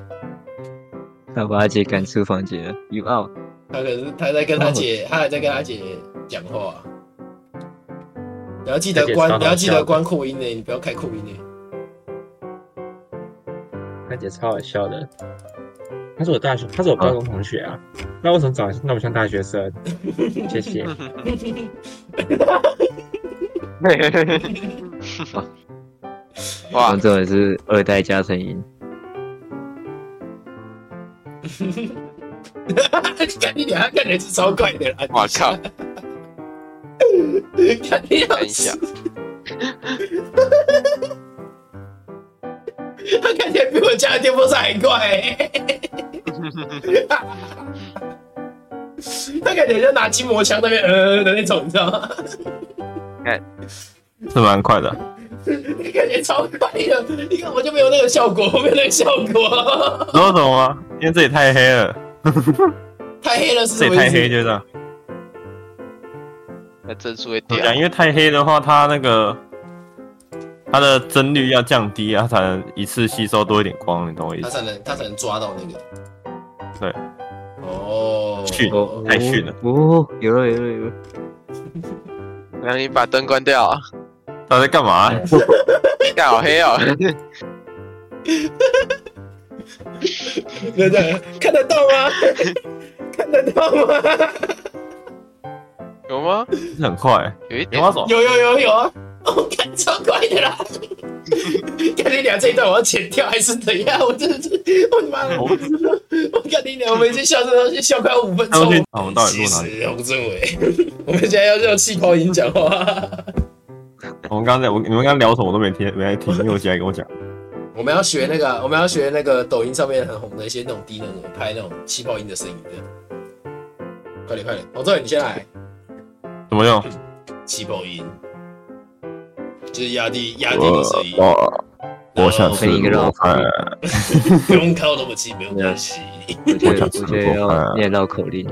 他把他姐赶出房间了，you out。
他可是他在跟他姐，他还在跟他姐讲话。啊你要记得
他
关，
姐超好笑的
你要记得关扩音呢，你不要开扩音呢。
他姐超好笑的，他是我大学，他是我高中同学啊，那为什么长得那么像大学生？谢谢，
哇
观，众也是二代加成音，
干你娘，看起来是超怪的啦！
哇靠，
看你娘，
等一下，
他看起来比我家的电风扇还快、欸。 他感觉就拿筋膜枪那边呃的那种，你知道吗？
是蛮快的。
你感觉超快的，你看我就没有那个效果，我没有那个效果，
你知道为什么吗？因为这里太黑了，
太黑了是
这
什么
里
意
太
思？
黑就这样。
那帧数会
怎
掉
么。讲？因为太黑的话，它那个它的帧率要降低啊，它才能一次吸收多一点光，你懂我意
他
思？
才能他才能抓到那个。
对。
哦。
去
哦，
太逊了
哦，有了有了有了，
然后你把灯关掉啊，
他在干嘛、
哎
干好黑哦。
真的看得到 吗？看得到吗？
有吗？
是很快、欸，
有一
棉
点
花手
有有有有啊！我、哦、看超快的啦！看你俩这一段我要剪掉还是怎样？我真的是，我他妈的，我看你俩，我们已经笑这东西笑快要五分
他们
钟
去
了。
啊，我们到底
其
录哪里？
实洪政伟，我们现在要用气泡音讲话。
我们刚才我你们刚刚聊什么我都没听，没来听，因为我姐来跟我讲，
我们要学那个啊，我们要学那个抖音上面很红的一些那种低能儿拍那种气泡音的声音的。快点快点，洪政伟你先来
怎么用？
气泡音，就是压低压低你声音。
我我想
然后
吃螺饭，哦
不用靠那么近，不用那么 近。
我觉得
想
我
吃
觉得
螺
要
饭
念绕口令，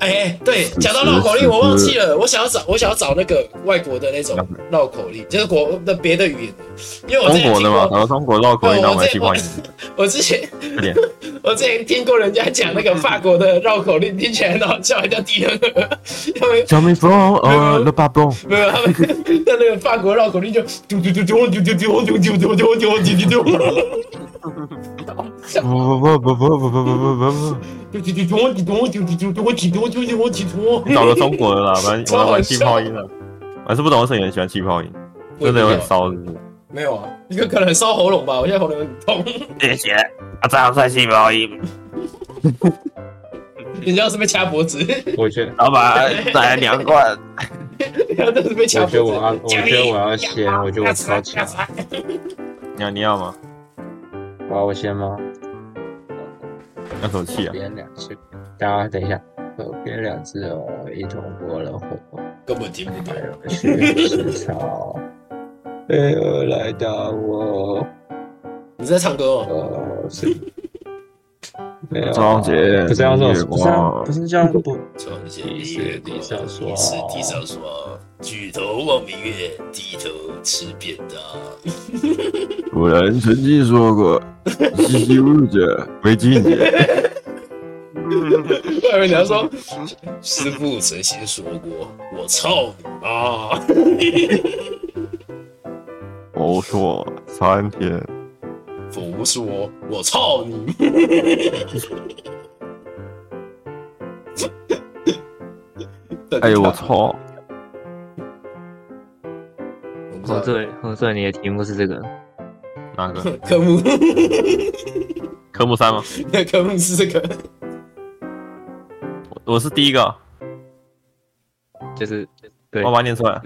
哎、对，讲到绕口令，我忘记了，我想要找，我想要找那个外国的那种绕口令，就是国的别的语言的，因为我之
嗯中
前
国
听
的嘛，然
过，哦
后中国绕口令，那我们来替换一次，
我之前
快点，
我之前听过人家讲那个法国的绕口令，听起来很好笑，还叫第二 个，他们
小蜜蜂，
呃
热巴蹦，
没有他们在那个法国绕口令就丢丢丢丢丢丢丢丢丢丢丢丢丢丢
不不不不不不不不不不不，
丢丢
你找个中国的啦，反正我要玩气泡音
了。
了，我还是不懂为什么有人喜欢气泡音，真的有很骚，是不是？
没有啊，一个可能烧喉咙吧，我现在喉咙很痛。
谢谢，啊，这样算气泡音，
人家是被掐脖子，
我觉得，
老板再来两罐，
人家真的是被掐
我
脖
觉
子。
得我要，我觉得我要先，我觉得我超强。
你要你要吗？
我要我先吗？
要什么气啊？
边两只，大家等一下，左边两只哦，一同过了火，
根本听不懂
还。有去食草，飞蛾来打我，
你是在唱歌哦？
哦是。没有啊，
张杰
不是要这种，不是要
哇
不是这样不，
从前
疑是地上霜
疑是地上霜，举头望明月，低头吃便当。
古人曾经说 过：“习其物者为俊杰。
外面人家说，师傅曾经说过，我操你妈！
谋说三天，
佛说，我操你！
哎呦我！操！
不知道
洪顺洪顺，你的题目是这个，
哪个？
科目，
科目 三吗？
科目是这个。
我我是第一个，
就是对
我，把它念出来。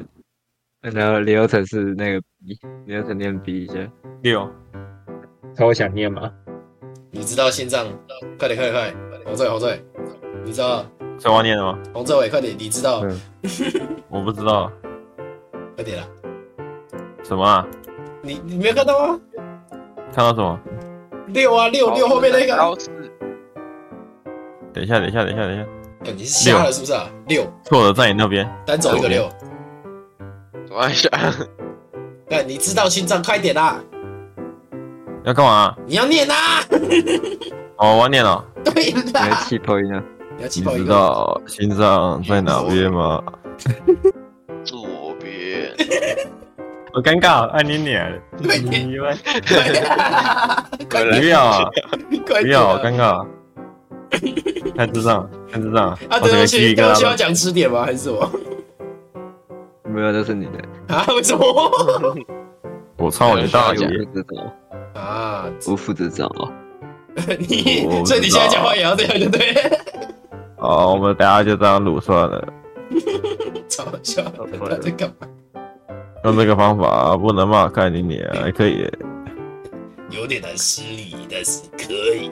然后流程是那个 B，流程念 B 一下，
六，
超想念吗？
你知道心脏？快点，快点，快点！洪志伟，洪志伟，你知道？
所以我要念的吗？
洪志伟，快点！你知道？
嗯
我不知道
快点啦！
什么啊？
你你没有看到吗？
看到什么？
六啊六六后面那个，
高四
等一下，等一下，等一下，等一下，
哎你是瞎了是不是啊？六
错的在你那边。
单走一个六。
我按一下，
对，你知道心脏？快点啦！
要干嘛啊、
你要念啦！
哦，我要念了。
对
你的
啦！
气泡音啊，
你要气
你
泡一
知
个。
道心脏在哪边吗？
左 边，
我尴尬，按你脸。
快点
你们
快点啦！快
不
点！
要啊！
快
不
点
要啊，
啦！
尴尬啊。太智障了，太智障了！
啊，
我
对
整
不
个鸡
起，
皮
对
疙
不
瘩
起，
都
要讲支点吗？还是什么？
没有，这是你的，
啊？为什么？
我操你大爷！
负责找，
啊，
我负责找。
你
我不知
所
道
以你现在讲话也要这样，对 不对？
哦，我们等下就这样撸算了，
嘲笑他在干嘛？
用这个方法不能骂看你你还可以，
有点难失礼，但是可以。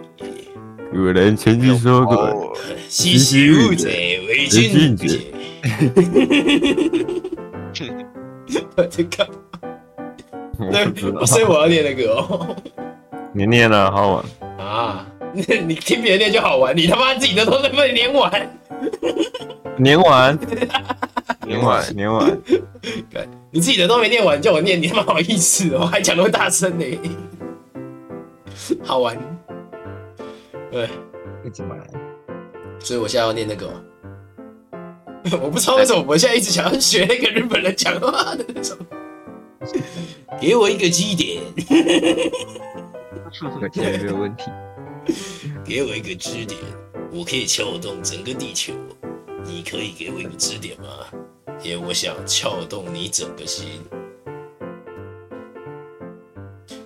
有人前进说过，
哦
习习勿者，为俊杰。我 在干嘛？
我不知道
对，所以我要念那个哦。
你念了好玩，
啊，那 你听别人念就好玩，你他妈自己的都能被念完。
念完，念完，念完，
你自己的都没念完，叫我念，你他妈好意思哦，还讲那么大声呢、好玩。对，
一直买。
所以我现在要念那个、哦。 我不知道为什么我现在一直想要学那个日本人讲话的那种。给我一个基点，
我今天没有问题。
给我一个支点，我可以撬动整个地球。你可以给我一个支点吗？因为我想撬动你整个心。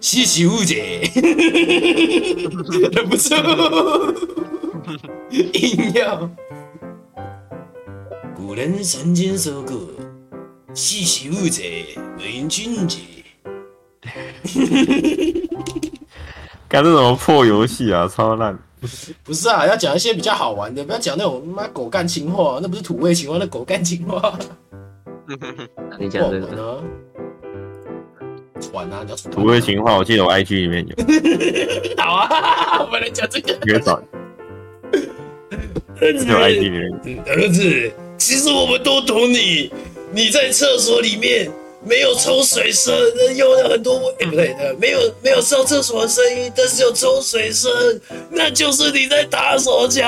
稀奇物姐， 忍不住，硬要。古人曾经说过：“稀奇物者为俊杰。
干这什么破游戏啊，超烂！”
不是啊，要讲一些比较好玩的，不要讲那种他妈狗干情话，那不是土味情话，那狗干情话。
你讲
我
这
们
个，
呢？玩啊，你要
土味情话，我记得我 IG 里面有，
好啊，我们来讲这个。
你可以找，就 IG 里面有。
嗯儿子，其实我们都懂你。你在厕所里面没有抽水声，用了很多味，哎、不对，呃，没有没有上厕所的声音，但是有抽水声，那就是你在打手枪。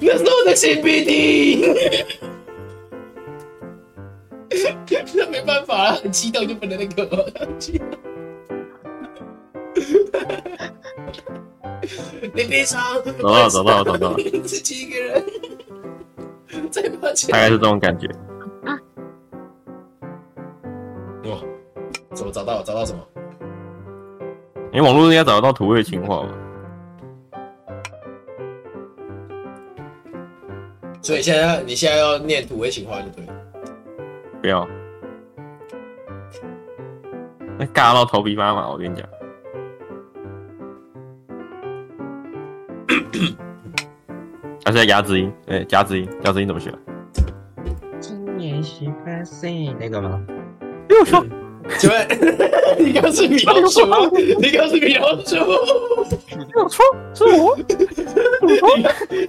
那是我的新 BD。那没办法，很激动就不能那个 了。你平常
找到了，找到了，找到了，
自己一个人在房
大
间。
概是这种感觉。
哇，怎么找到？找到什么？
你网络应该找得到土味情话吧？
所以现在要你现在要念土味情话就对了。
不要，那尬到头皮发麻。我跟你讲， 而且牙齿音，哎、夹子音，夹子音怎么学？
今年十八岁那个吗？
六说
请问 你刚是描述？ 你刚是描述？
六说，是我。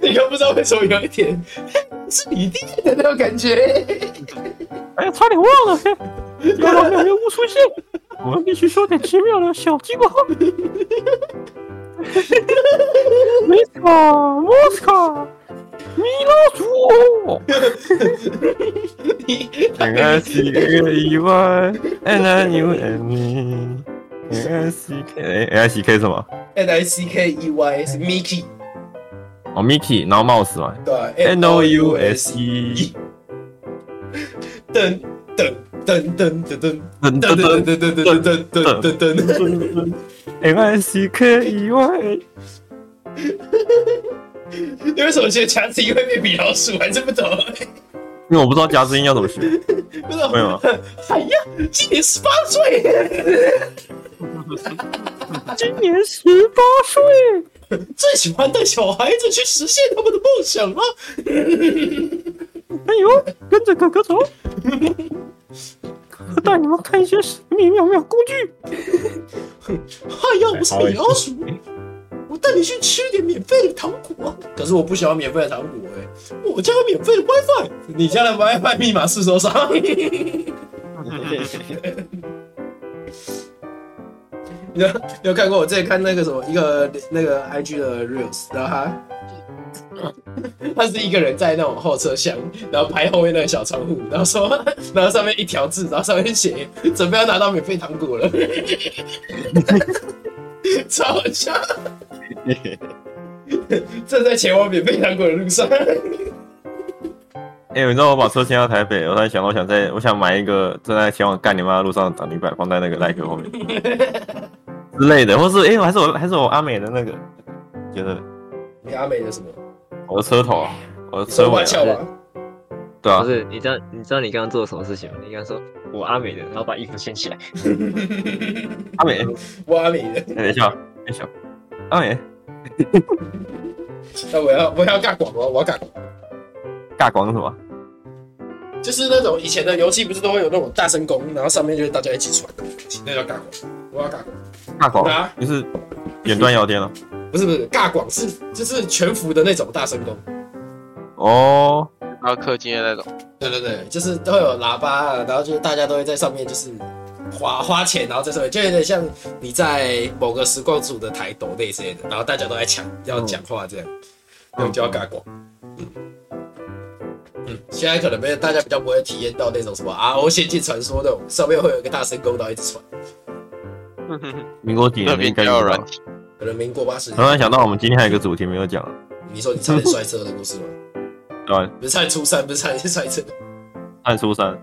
你刚不知道为什么有一点 是你弟的那种感觉？
哎呀，差点忘了，嘿，要让有人物出现，我们必须说点奇妙的小鸡瓜。没错，莫斯科，米老鼠。
你
恋爱是一个意外，and I knew and me。N I C K N I C E K 哦什么？
N I C K E Y 是 Mickey
哦，Mickey，然后 Mouse 嘛
对吧
，N O U S E，
噔噔噔噔噔噔
噔
噔噔
噔
噔噔噔噔噔噔噔噔。
噔，N I C K E 以外，
你为什么觉得夹子音会变米老鼠？还真不懂、欸。
因为我不知道夹子音要怎么学，
为什
没有啊
么？哎呀，今年十八岁，
今年十八岁，
最喜欢带小孩子去实现他们的梦想了。
哎呦，跟着哥哥走，我带你们看一些神秘妙妙工具。
哎呀，我是米老鼠，我带你去吃点免费的糖果。啊可是我不喜欢免费的糖果、欸，我家有免费的 WiFi。你家的 WiFi 密码是多少？你有你有看过？我之前看那个什么一个那个 IG 的 reels，然后他他是一个人在那种后车厢，然后拍后面那个小窗户，然后说，然后上面一条字，然后上面写准备要拿到免费糖果了，超好笑。 正在前往免费糖果的路上，
哎、你知 道我把车迁到台北，我突然想，我想在，我想买一个正在前往干你妈的路上的挡泥板，放在那个耐克后面之类的，或是哎、我还是我还是我阿美的那个，觉得
你阿美的什么？
我的车头啊，我的
手
车尾、
把
啊，
翘吧。
对啊
不，是，你知道你知道你刚刚做了什么事情吗？你刚刚说我阿美的，然后把衣服掀起来。
阿美，
我阿美的，
哎等一下，等一下，阿美
那我要我要尬广哦，我要尬广。
尬光是吗？
就是那种以前的游戏不是都会有那种大声公，然后上面就是大家一起传的东西，那叫尬广。我要尬广，
尬光
对啊
就是远端聊天了、
不是不是尬广是就是全服的那种大声公。
哦，
然后氪金的那种，
对对对，就是都会有喇叭啊，然后就是大家都会在上面就是花花钱，然后在上面就有点像你在某个时光组的台斗类之类的，然后大家都在抢要讲话这样，
嗯
那种就要尬广。嗯，现在可能没有大家比较不会体验到那种什么啊 RO 仙境传说那种，上面会有一个大声公，然后一直传，
民国几
那
年的
边
应该
交友
有吧
软。体，
可能民国八十
突然
年。
想到我们今天还有一个主题没有讲，
你说你差点摔车的故事吗？
对吧？
不是差点出山，不是差点摔车，
看书山，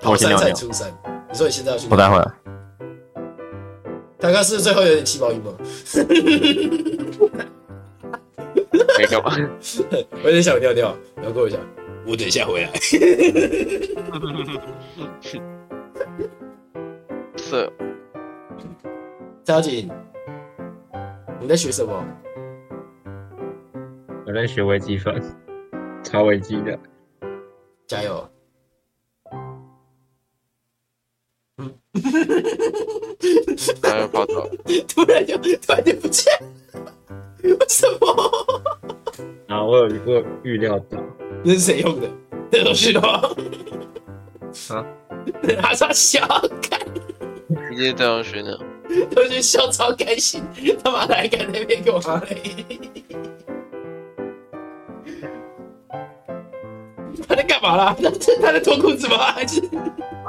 跑
我先
山
尿
才
尿
出山。你说你现在要去？
我待会儿。
大概是最后有点鸡毛羽毛。
没有吧？
我有点想尿尿，然后跟我讲，我等一下回来。
是
张景，你在学什么？
我在学微 积分，超微积的。
加油！
然后又跑走了，
突然就突然就不见了， 为什么？
然啊后我有我有预料到，
那是谁用的？那种是的吗？
啊？
他说笑，看
直接这样学的，
都是笑超开心，他妈来看那边给我哈雷。 他在干嘛啦？他他在脱裤子吗？还是
我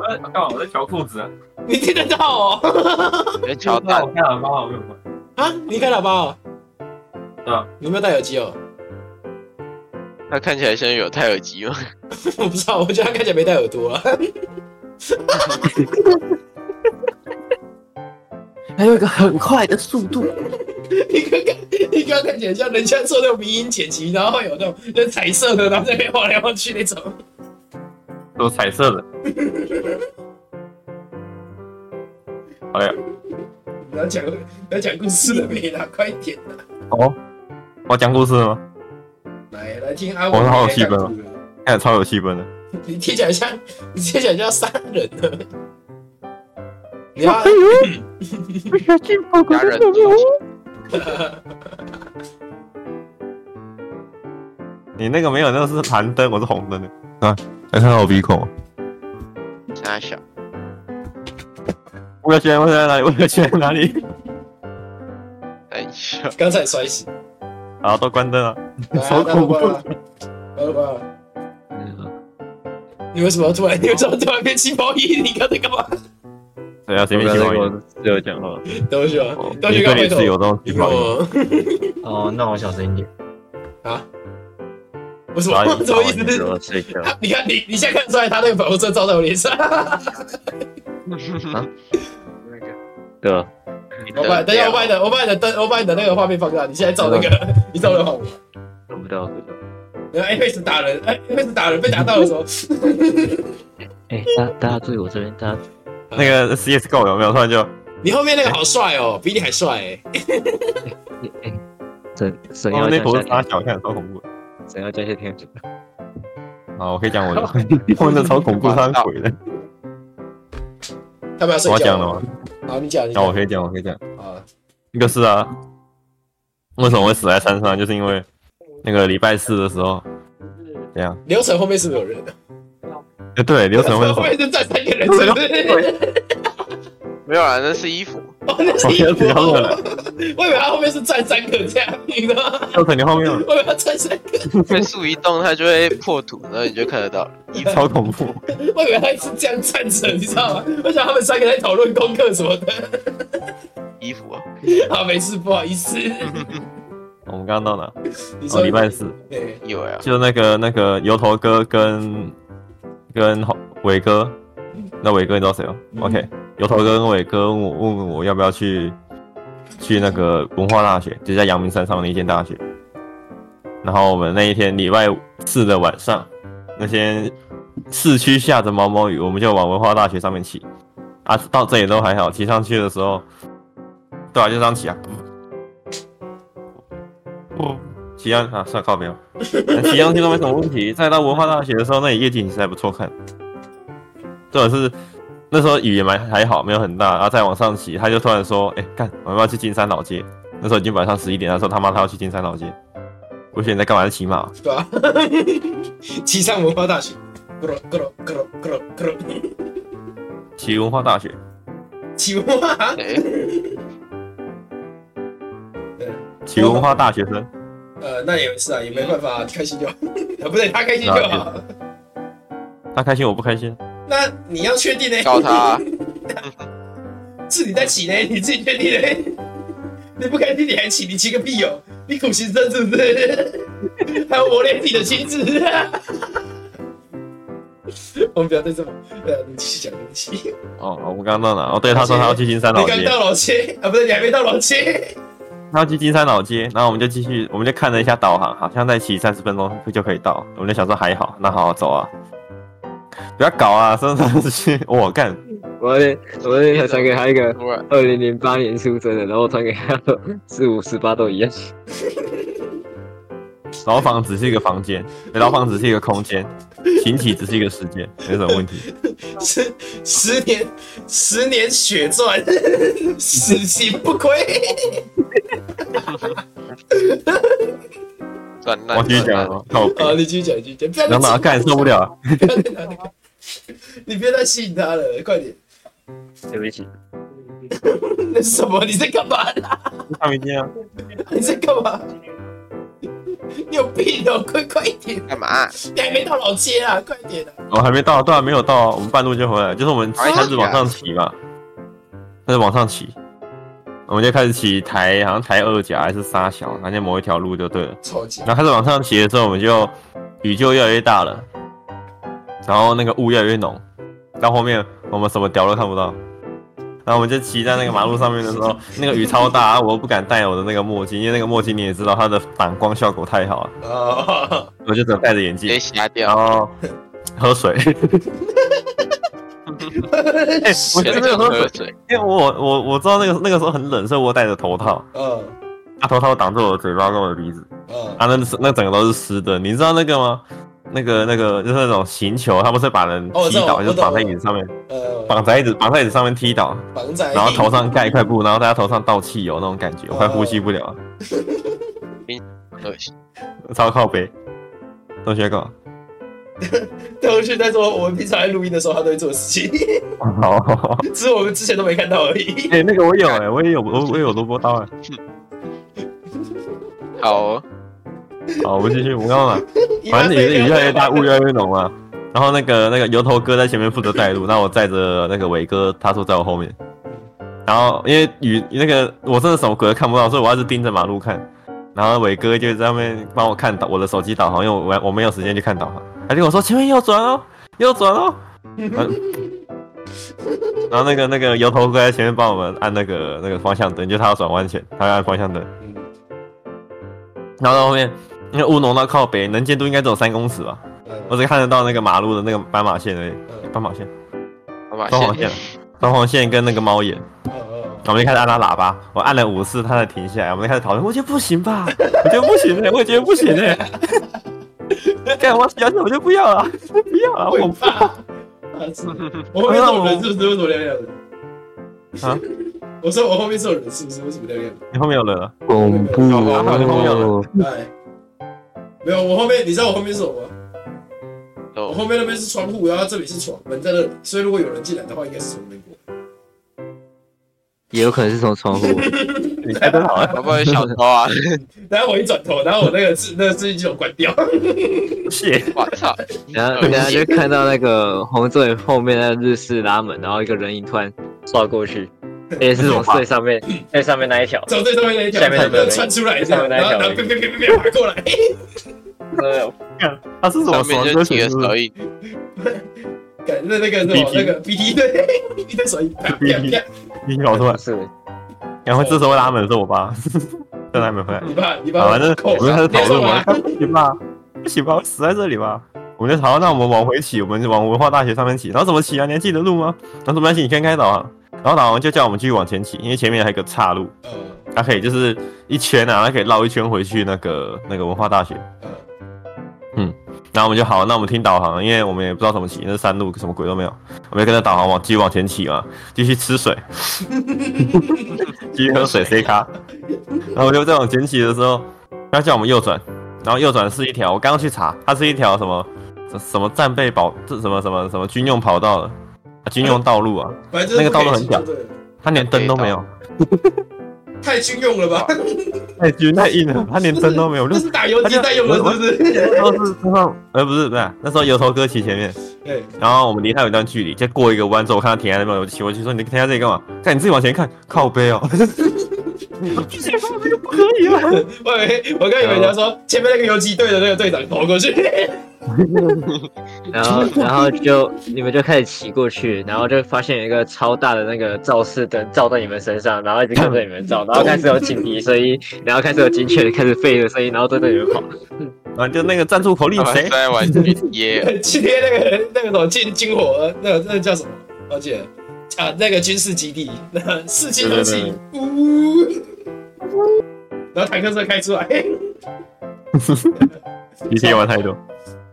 在干嘛？我在调裤子、啊。
你听得到哦？
你在哎乔 丹，
看喇叭，我用过。
啊，你开喇叭哦？
对啊，
你有没有戴耳机哦？
他看起来像有戴耳机吗？
我不知道，我觉得他看起来没戴耳朵啊。
还有一个很快的速度，
你刚刚你刚刚看起来像人家做那种迷音剪辑，然后会有那种那彩色的，然后在那边晃来晃去那种。
都彩色的。好嘞，
你要讲你要讲故事了没啦？快点啦！
哦，我讲故事了吗？
来来听阿
我
文
好有
在讲
气氛哦
故事
看超有气氛的。
你听起来像你听起来像杀人 的。你
哎
要
家人的东西，
你那个没有，那个是蓝灯，我是红灯的。啊，还看到我鼻孔吗？
他小，
我要选，我选哪里？ 我要选哪里？
他小，
刚才摔 死，
然后都关灯了。
来
好
啊
恐怖
关了吧，关了吧。
嗯
你为什么要突然？你为什么突然变气泡衣？你刚才干 嘛？
对啊，随便
我
洗
刚才
完
跟
衣。
我室友讲话。
都是
哦
吗？都
你
是刚回
对你
头
室。友这种
你
地
跟
方，
我
哦，那我小声一点。
啊为什
阿
么？
姨
什么意思？
我睡觉。
你看你，你现在看得出来他那个粉红色照在我脸上，
对啊，
我把等一下我把 你的我把你的灯我把你的那个画面放大，你现在照那 个，你照那个画面，
我不到，不到。
然后 Apex 打人，哎 Apex 打人被打到的时候，
哎，大大家注意我这边，大家
那个 CSGO 有没有？突然就
你后面那个好帅哦，比你还帅哎，
神神
哦
要
那
降
头是他
下天，
小，看超恐怖。
神要降下天主。
啊，我可以讲我 的，我的超恐怖，他是鬼的。
要不要睡
我要
觉
讲了吗？？
好，你讲，你
讲，我
讲
可以讲，我可以讲。
啊，
一个是啊，为什么会死在山上？就是因为那个礼拜四的时候，怎样？
流程后面是不是有人？
哎，对，刘神会
后
死。
面是站三个人，是不是？
没有啊，那是衣服，
哦，那是
我
衣
要
服
讲
哦
了，了，
我以为他后面是站三个这样，你知道吗？
刘神你后面有
我以为他站三个，
快速移动，它就会破土，然后你就看得到了。
超恐怖，
我以为他是这样站着，你知道吗？我想他们三个在讨论功课什么的。
衣服啊，
好，没事，不好意思。
我们刚刚到哪？
你
哦，
说
礼拜四，
对
有呀，
就那个那个油头哥跟跟伟哥，那伟哥你知道谁吗、
嗯
o k 油头哥跟伟哥问我问我要不要去去那个文化大学，就在阳明山上的一间大学。然后我们那一天礼拜四的晚上，那天市区下着毛毛雨，我们就往文化大学上面骑。啊，到这里都还好，骑上去的时候，对啊，就这样骑啊，不，骑上啊，算了靠边了。 骑上去都没什么问题。再到文化大学的时候，那里夜景其实还不错看。重点是那时候雨也蛮还好，没有很大。然后再往上骑，他就突然说：“哎、干，我们要去金山老街。”那时候已经晚上十一点，他说他妈他要去金山老街。我说你在干嘛？在骑马哦？
对 吧？骑上文化大学，咯咯咯咯咯咯，
骑文化大学？
骑文化，
哎，
骑文化大学生？
呃，那也是啊，也没办法，开心就好， 呃不对，他开心就好。
他开心我不开心？
那你要确定呢？
告 他，啊
是你在骑呢，你自己确定呢？ 你不开心你还骑，你骑个屁哦！你苦行僧是不是？ 还要磨练自己的心智？ 我们不要再这么……呃，你继续讲，你继续讲。
哦，我们刚刚到哪？哦，对，他说他要去金山老
你刚
街，
到老街啊，不对，你还没到老街。
他要去金山老街，然后我们就继续，我们就看了一下导航，好像再骑三十分钟就可以到。我们就想说还好，那好好走啊，不要搞啊，真的是我干。
我那天我那天还传给他一个
突然
二零零八年出生的，然后传给他 说四五十八都一样。
牢房只是一个房间，牢房只是一个空间，形体只是一个时间，没什么 问题。
十十年，十年血赚， 死刑不亏。
转烂，
我继续讲
转烂
了，靠
好，
北，
你继续讲，你继续讲，不要
然后
再
他
气
干受不了了，
不要再拿那个，你不要再吸引他了，快点！
对不起，
那是什么？你在干嘛 啦？
他明天啊，
你在干嘛？你有病哦！快快一点，
干嘛？啊
你还没到老街啊！快点啊！
我还没到，对啊，没有到，我们半路就回来，就是我们开始往上骑嘛，开始往上骑，我们就开始骑台，好像台二甲还是沙小，反正某一条路就对了。
超级
然后开始往上骑的时候，我们就雨就越来越大了，然后那个雾越来越浓，到后面我们什么屌都看不到。然后我们就骑在那个马路上面的时 候，那个雨超大，啊我又不敢戴我的那个墨镜，因为那个墨镜你也知道它的反光效果太好了，
啊！
我就只能戴着眼
直
镜
接，瞎
然
掉，
后喝水。 哎、我真的有喝水
喝，水，
因为我我我知道那个那个时候很冷，所以我戴着头套，
嗯
那头套挡住我的嘴巴跟我的鼻子。
嗯，
啊，那那整个都是湿的，你知道那个吗？那个那个就是那种行球，他不是把人
哦我知
踢
道
倒，
我
就是
懂
绑在
我
椅子上面，
呃，
绑在椅子绑在椅子上面踢倒，
绑仔，
然后头上盖一块
嗯
布，然后在他头上倒汽油那种感觉，我快呼吸不了了，
恶心，
哦
超靠背。同学干嘛？
都是在做我们平常在录音的时候他都会做的事情，
好，
只是我们之前都没看到而已。
哎、那个我有哎、我也有我我也有萝卜刀哎、
好哦，
好，我们继续，我们刚刚哪反正也是雨越来越大，雾越来越浓啊。然后那个那个油头哥在前面负责带路，那我载着那个伟哥，他说在我后面。然后因为雨那个我真的什么鬼都看不到，所以我要一直盯着马路看。然后伟哥就在上面帮我看导我的手机导航，因为我我没有时间去看导航。他就跟我说前面右转哦，右转哦。然后然后那个那个油头哥在前面帮我们按那个那个方向灯，就他要转弯前，他要按方向灯。然后到后面，因为雾浓到靠北，能见度应该只有三公尺吧，我
嗯，
只看得到那个马路的那个斑马线而已，
嗯
斑马线、
好吧，
双 黄线、双黄线跟那个猫眼，
嗯嗯
我们就开始按他喇叭，我按了五次，他才停下来，我们就开始讨论，我觉得不 行吧，我觉得不行哎、我觉得不行哎、干我要是我就不要了，不要了，
会
我
怕。啊，是的我后面这种人是不是为什么亮亮的？
啊，
我说我后面这种人是不是为什么亮亮的？
你后面有人了，啊
恐怖哦！
哎，没有，我后面你知道我后面是什么吗？我
哦，
后面那边是窗户，然后这里是床，门在那里，所以如果有人进来的话，应该是从那边过。
也有可能是从窗 户。
你猜真好、
搞不好有小偷啊，
然后我一转头，然后我那个自那个自行机我关掉，
谢。
我操，
然后，然后就 看到那个红队后面那个日式拉门，然后一个人影突然刷过去，
也是从最上 面最上面那一条，
走最上面那一条，
下面那个
穿出来这样，
下面那一
然后
条
然后啪啪啪啪啪爬过来，
呃
他是什么
上面
双
就
歌
几
选
个
手
手？印，
感那那个什么
BT
那个 BT 对 BT 的手一啪啪啪，
你搞错了。
是
然后这时候拉门是 我爸，但他没回来。
你爸你
好，
爸
反正
扣
啊我们开
上，
始讨论嘛，
你
啊不行吧，不行吧，我死在这里吧。我们就好，那我们往回骑，我们就往文化大学上面骑。然后怎么骑啊？你还记得路吗？然后怎么骑？你先开导航。然后导航就叫我们继续往前骑，因为前面还有一个岔路，
有什么啊
它可以就是一圈啊，它可以绕一圈回去那个那个文化大学。
嗯嗯
然后我们就好，那我们听导航，因为我们也不知道怎么骑，那山路什么鬼都没有，我们就跟着导航往继续往前骑嘛， 继续吃水，继续喝水 C 咖。然后我就在往前骑的时候，他叫我们右转，然后右转是一条，我刚刚去查，它是一条什么什什么战备保，这什么什么什么军用跑道的、啊军用道路啊，
反正就是
那个道路
不可以
很小
骑就对了
它连灯都没有，
太军用了吧？
太哎军太硬了，它连灯都没有，我
这
就是
打游击带用的，是不是？
那时候是身上，呃，不是不是，那时候油头哥骑前面。
对，
然后我们离他有一段距离，再过一个弯之后，我看他停在那边，我就骑过去说：“你停在这里干嘛？看你自己往前看，靠背哦。
我以为我刚以为你要说前面那个游击队的那个队长跑过去，
然后，然后就你们就开始骑过去，然后就发现有一个超大的那个照射灯照在你们身上，然后一直看着你们 照，然后开始有警笛声音，然后开始有警犬开始吠的声音，然后对着你 们跑。”
然啊后就那个站住口令
他们
谁？
在玩 GTA，
去贴那个那个什么进军火，那个那个叫什么？我记得。啊，那个军事基地，那士气游戏，呜，然后坦克车开出来，
以前玩太多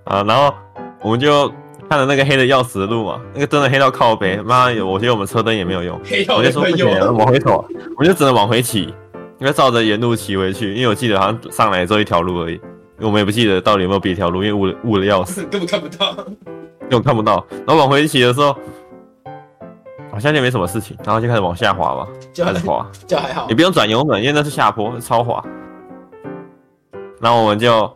啊。然后我们就看了那个黑的要死的路嘛，那个真的黑到靠背，妈，我觉得我们车灯也没有用，
黑
我
曜
嗯就
也
说
会
不行
用，，
往回走，我就只能往回骑，应该照着原路骑回去，因为我记得好像上来之后一条路而已，我们也不记得到底有没有别条路，因为雾的雾的要死。
根本看不到。
因为我看不到。然后往回骑的时候，好像就没什么事情，然后就开始往下滑吧，
就
开始滑，
就还好
也，不用转油门，因为那是下坡，超滑。然后我们就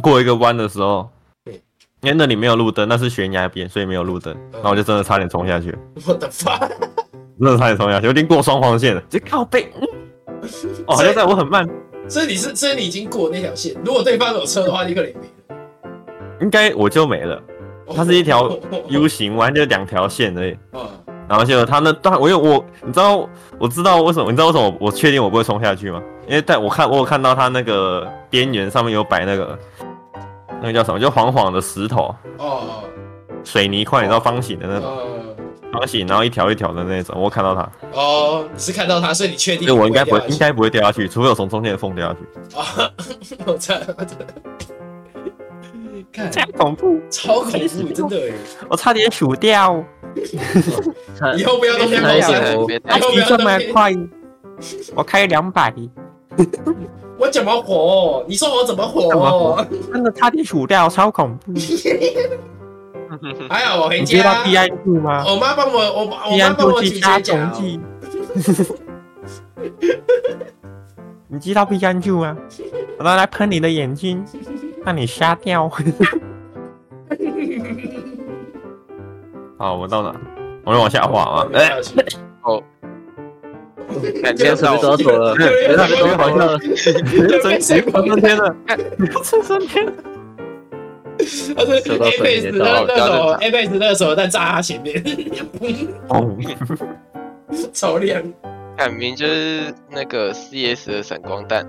过一个弯的时候，
对
因为那里没有路灯，那是悬崖边，所以没有路灯。
嗯
然后我就真的差点冲下去了，
我的妈！
真的差点冲下去，我已经过双黄线了，就 靠背。嗯哦，好像在我很慢，
所以你是，所以你已经过那条线。如果对方有车的话，你可能也没了。
应该我就没了。它是一条 U 型弯，就两条线而已。
啊，
然后结果他那当我有我，你知道我知道为什么？你知道为什么我我确定我不会冲下去吗？因为在我看我有看到他那个边缘上面有摆那个那个叫什么，就黄黄的石头
哦
水泥块，你知道方形的那种
哦
方形，然后一条一条的那种，我看到它，
哦，你是看到他，所以你确定
所以我应该不会
掉下去
应该不会掉下去，除非我从中间的缝掉下去。
啊！我操！我操看，
太恐怖，
超恐怖，真的耶！
我差点数掉，
他
以后不要冬天
那
跑
一
山
点，
我
我
别
以后不要冬天。
快，我开两百，
我怎么活？你说我怎么
怎么
活
活？真的差点数掉，超恐怖。
还好我回家，哦
度吗
我妈帮我，我我妈帮我举
加
铁甲。。
你知道避安住吗？然后来喷你的眼睛，让你瞎 掉。好，我们到哪？啊我们往下滑啊！哎、
哎，
感觉
今天是不
到
是都要走了？
对
今天是不是都要走了？
欸，真谁跑升天了？真升天了！
他是 A 贝斯，那那首
到
A 贝斯那个手榴弹炸他前面，
哦，
超亮。
看明就是那个 CS 的闪光弹，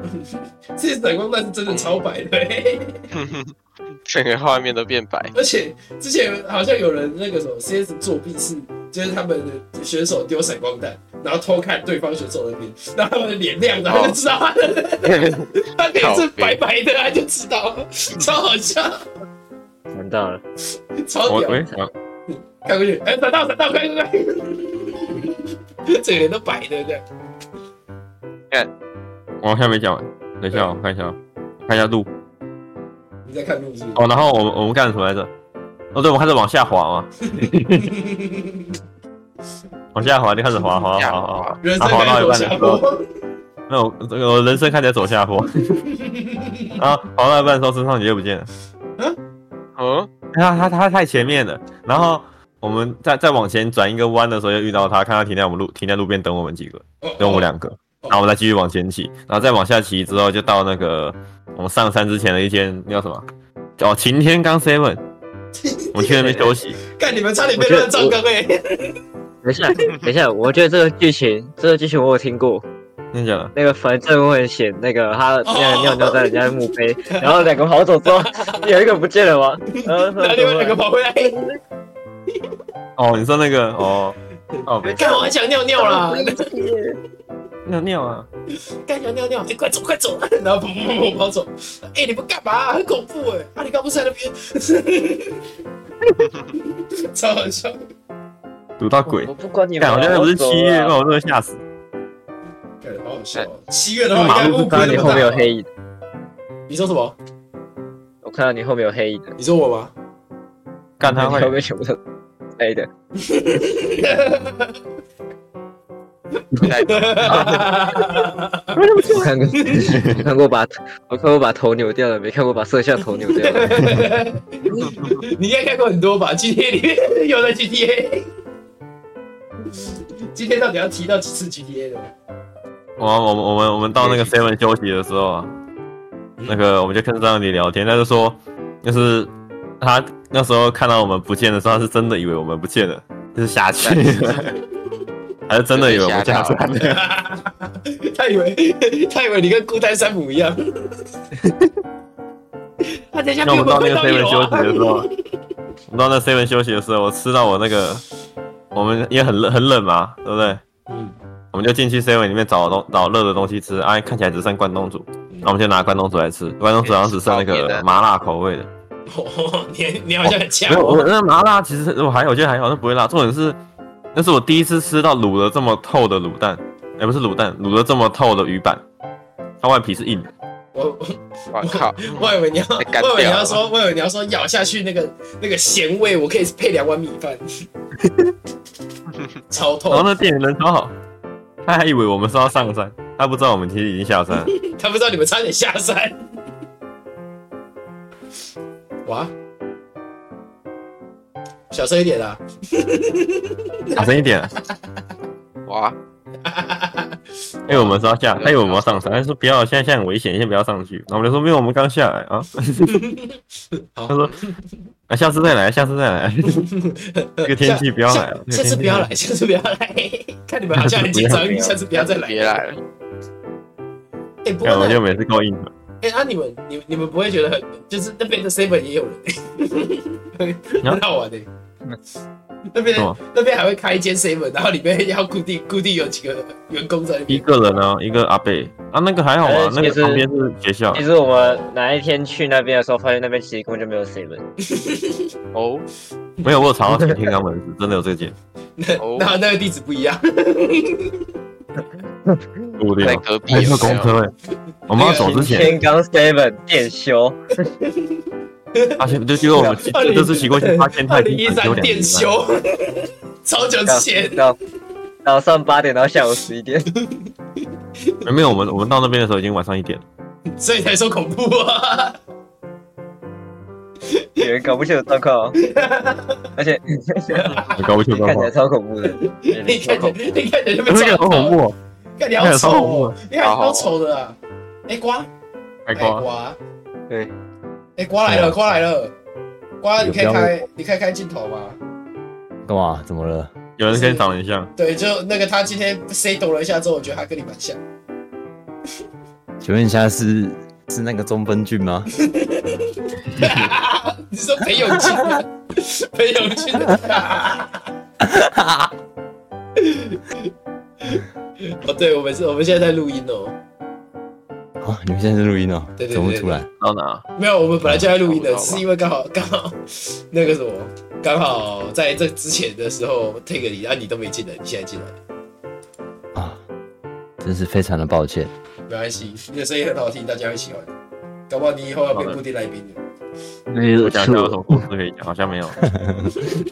这闪光弹是真的超白的、
整个画面都变白。
而且之前好像有人那个什么 CS 作弊是，就是他们的选手丢闪光弹，然后偷看对方选手的脸，然后他们的脸亮，然后就知道他的、他脸是白白的，他就知道了，超好笑，
完蛋了，
超
我
屌！
喂，
看过去，哎、闪到闪到，快快快！整个人都白的这样，
我好像没讲完，等一下我看一下，看一下路。
你在看录制？
哦，然后我们我们干什么来着？哦，对，我们开始往下滑嘛，往下滑就开始滑滑滑滑滑，
人
啊
生
滑
该
到一
走
半的
下
时候。
坡，
那我这个我人生开始走下坡， 啊然后跑到一半的时候，身上你就不见了。
嗯，
他他他太前面了，然后我们再再往前转一个弯的时候，又遇到他，看他停在我们路停在路边等我们几个，等我们两个，然后我们再继续往前骑，然后再往下骑之后，就到那个我们上山之前的一间那叫什么？叫擎天岗 Seven，我们去那边休息。
看你们差点被乱撞坑 哎！
等一下，等一下，我觉得这个剧情，这个剧情我有听过。
真的假的？
那个反正我很险，那个他那个尿尿在人家的墓 碑，然后两个跑走之后，有一个不见了吗？然后
然后另外两个跑回来，哎
哦，你说那个哦 哦，没
看我很想尿尿啦，
尿尿啊！
干想尿尿，哎、快走快走！然后跑跑跑跑走，哎、你们干嘛、很恐怖哎、啊，你刚不是在那边？超好笑，
堵到鬼
我！不管你们
干，
啊，
我现在不是
我走
七月
了
吗？我真的吓死！
干好好笑哦。七月的话，应该
我
乌
看到
龟
你
那
后
么
面有
大。
黑影，
你说什么？
我看到你后面有黑影，
你说我吗？
干他
你后
会
面全部都是黑的。我看 过，我看过把我看过把头扭掉的，没看过把摄像头扭掉 的。
你应该看过很多吧？GTA 里面有的 GTA。今天到底要提到几次 GTA 的？
我我们我们我们到那个 Seven 休息的时候啊，那个我们就跟张理聊天，他就说，就是他那时候看到我们不见的时候，他是真的以为我们不见了，就是下 去了，还是真的以为我们下山了？
他以为他以为你跟孤单山姆一样。他等一下
那
比们
我们到那
快
个
到
seven
有
休
啊！
息的时候，我们到那 seven 休息的时候，我吃到我那个，我们也很冷很冷嘛，对不对？
嗯
我们就进去 seven 里面找东找热的东西吃，哎、看起来只剩关东煮，
嗯
那我们就拿关东煮来吃，关东煮好像只剩那
可以吃泡面
个
啊
麻辣口味的，
哦， 你你好像很强
没有，我
哦。
那麻辣其实我还好，我觉得还好，那不会辣，重点是那是我第一次吃到卤的这么透的卤蛋，哎、不是卤蛋，卤的这么透的鱼板，它外皮是硬的，
我
我靠，
我以为你要，
被干
我以为你
掉
要
了
说，我以为你要说咬下去那个那个咸味，我可以配两碗米饭， 超
然后
痛。
那店员人超好，他还以为我们是要上山，他不知道我们其实已经下山了。
他不知道你们差点下山。哇，小声一点啦！
小声一点、啊，
哇，
因为我们是要下，他以为我们要上山，他说不要，现在现在很危险，先不要上去。然后我们就说没有，我们刚下来啊。
好
他，说啊，下次再来，下次再来。这个天气不要来了
下下次不要来，下次不要来。 看你们好像很紧张，下次不要再来。
别来了，
哎，不过
看，我就
那
每次够硬的。
哎，那你们你你们不会觉得很，就是那边的 seven 也有人，欸很好玩的。那边
嗯什么
那边还会开一间 seven，然后里面要固定固定有几个员工在里
一
面。
个人啊，一个阿贝啊，那个还好吧
呃
哎？
那个
其实
旁边是学校
其，实我们哪一天去那边的时候，发现那边其实根本就没有 seven。
哦
没有我有查到擎天岗门市，真的有这件，
哦，
那那个地址不一样，
哦无聊
在。隔壁
哦
有
还
没
有
有
公
哦
车哎，我们要走之
天
前，
罡 seven 电修，
发现就结果我们
哦二零
这次骑过去发现他
二
已
零一
经
三
有两
店
年了。
休，超久之前。
到早上八点到下午十 一点，
没有，我们我们到那边的时候已经晚上一点了。
所以才说恐怖啊！
有人搞不清楚状况哦，而 且
我搞不 清
你
状
看起
况
来，超恐怖的，
你看起来，你看起来就被
那
抓
个好
到
恐怖
了，
哦，
看你好丑哦，
啊
你
好
好
好
好丑的啊！哎瓜，
开
哎
嗯
挂。
瓜，
对，
哎瓜来
对
了，
啊
瓜来了，瓜，你可以
有标
开，你可以开镜头吗？
干嘛？怎么了？
有人跟你长得很像，
对，就那个他今天 say 抖了一下之后，我觉得他跟你蛮像。
请问一下是是那个中分俊吗？
你说裴勇俊啊，裴勇俊啊。 哦，对，我们是，我们现在在录音哦。
哦，你们现在是录音哦，
对对对
怎么会出来？
到哪？
没有，我们本来就在录音的，
嗯
是因为刚好刚好那个什么，刚好在这之前的时候 take 你，啊你都没进来，你现在进来，
啊，真是非常的抱歉。
没关系，你的声音很好听，大家会喜欢。搞不好你以后要变固定来宾了。
没
我
有
讲一下有什么故事可以讲？好像没有。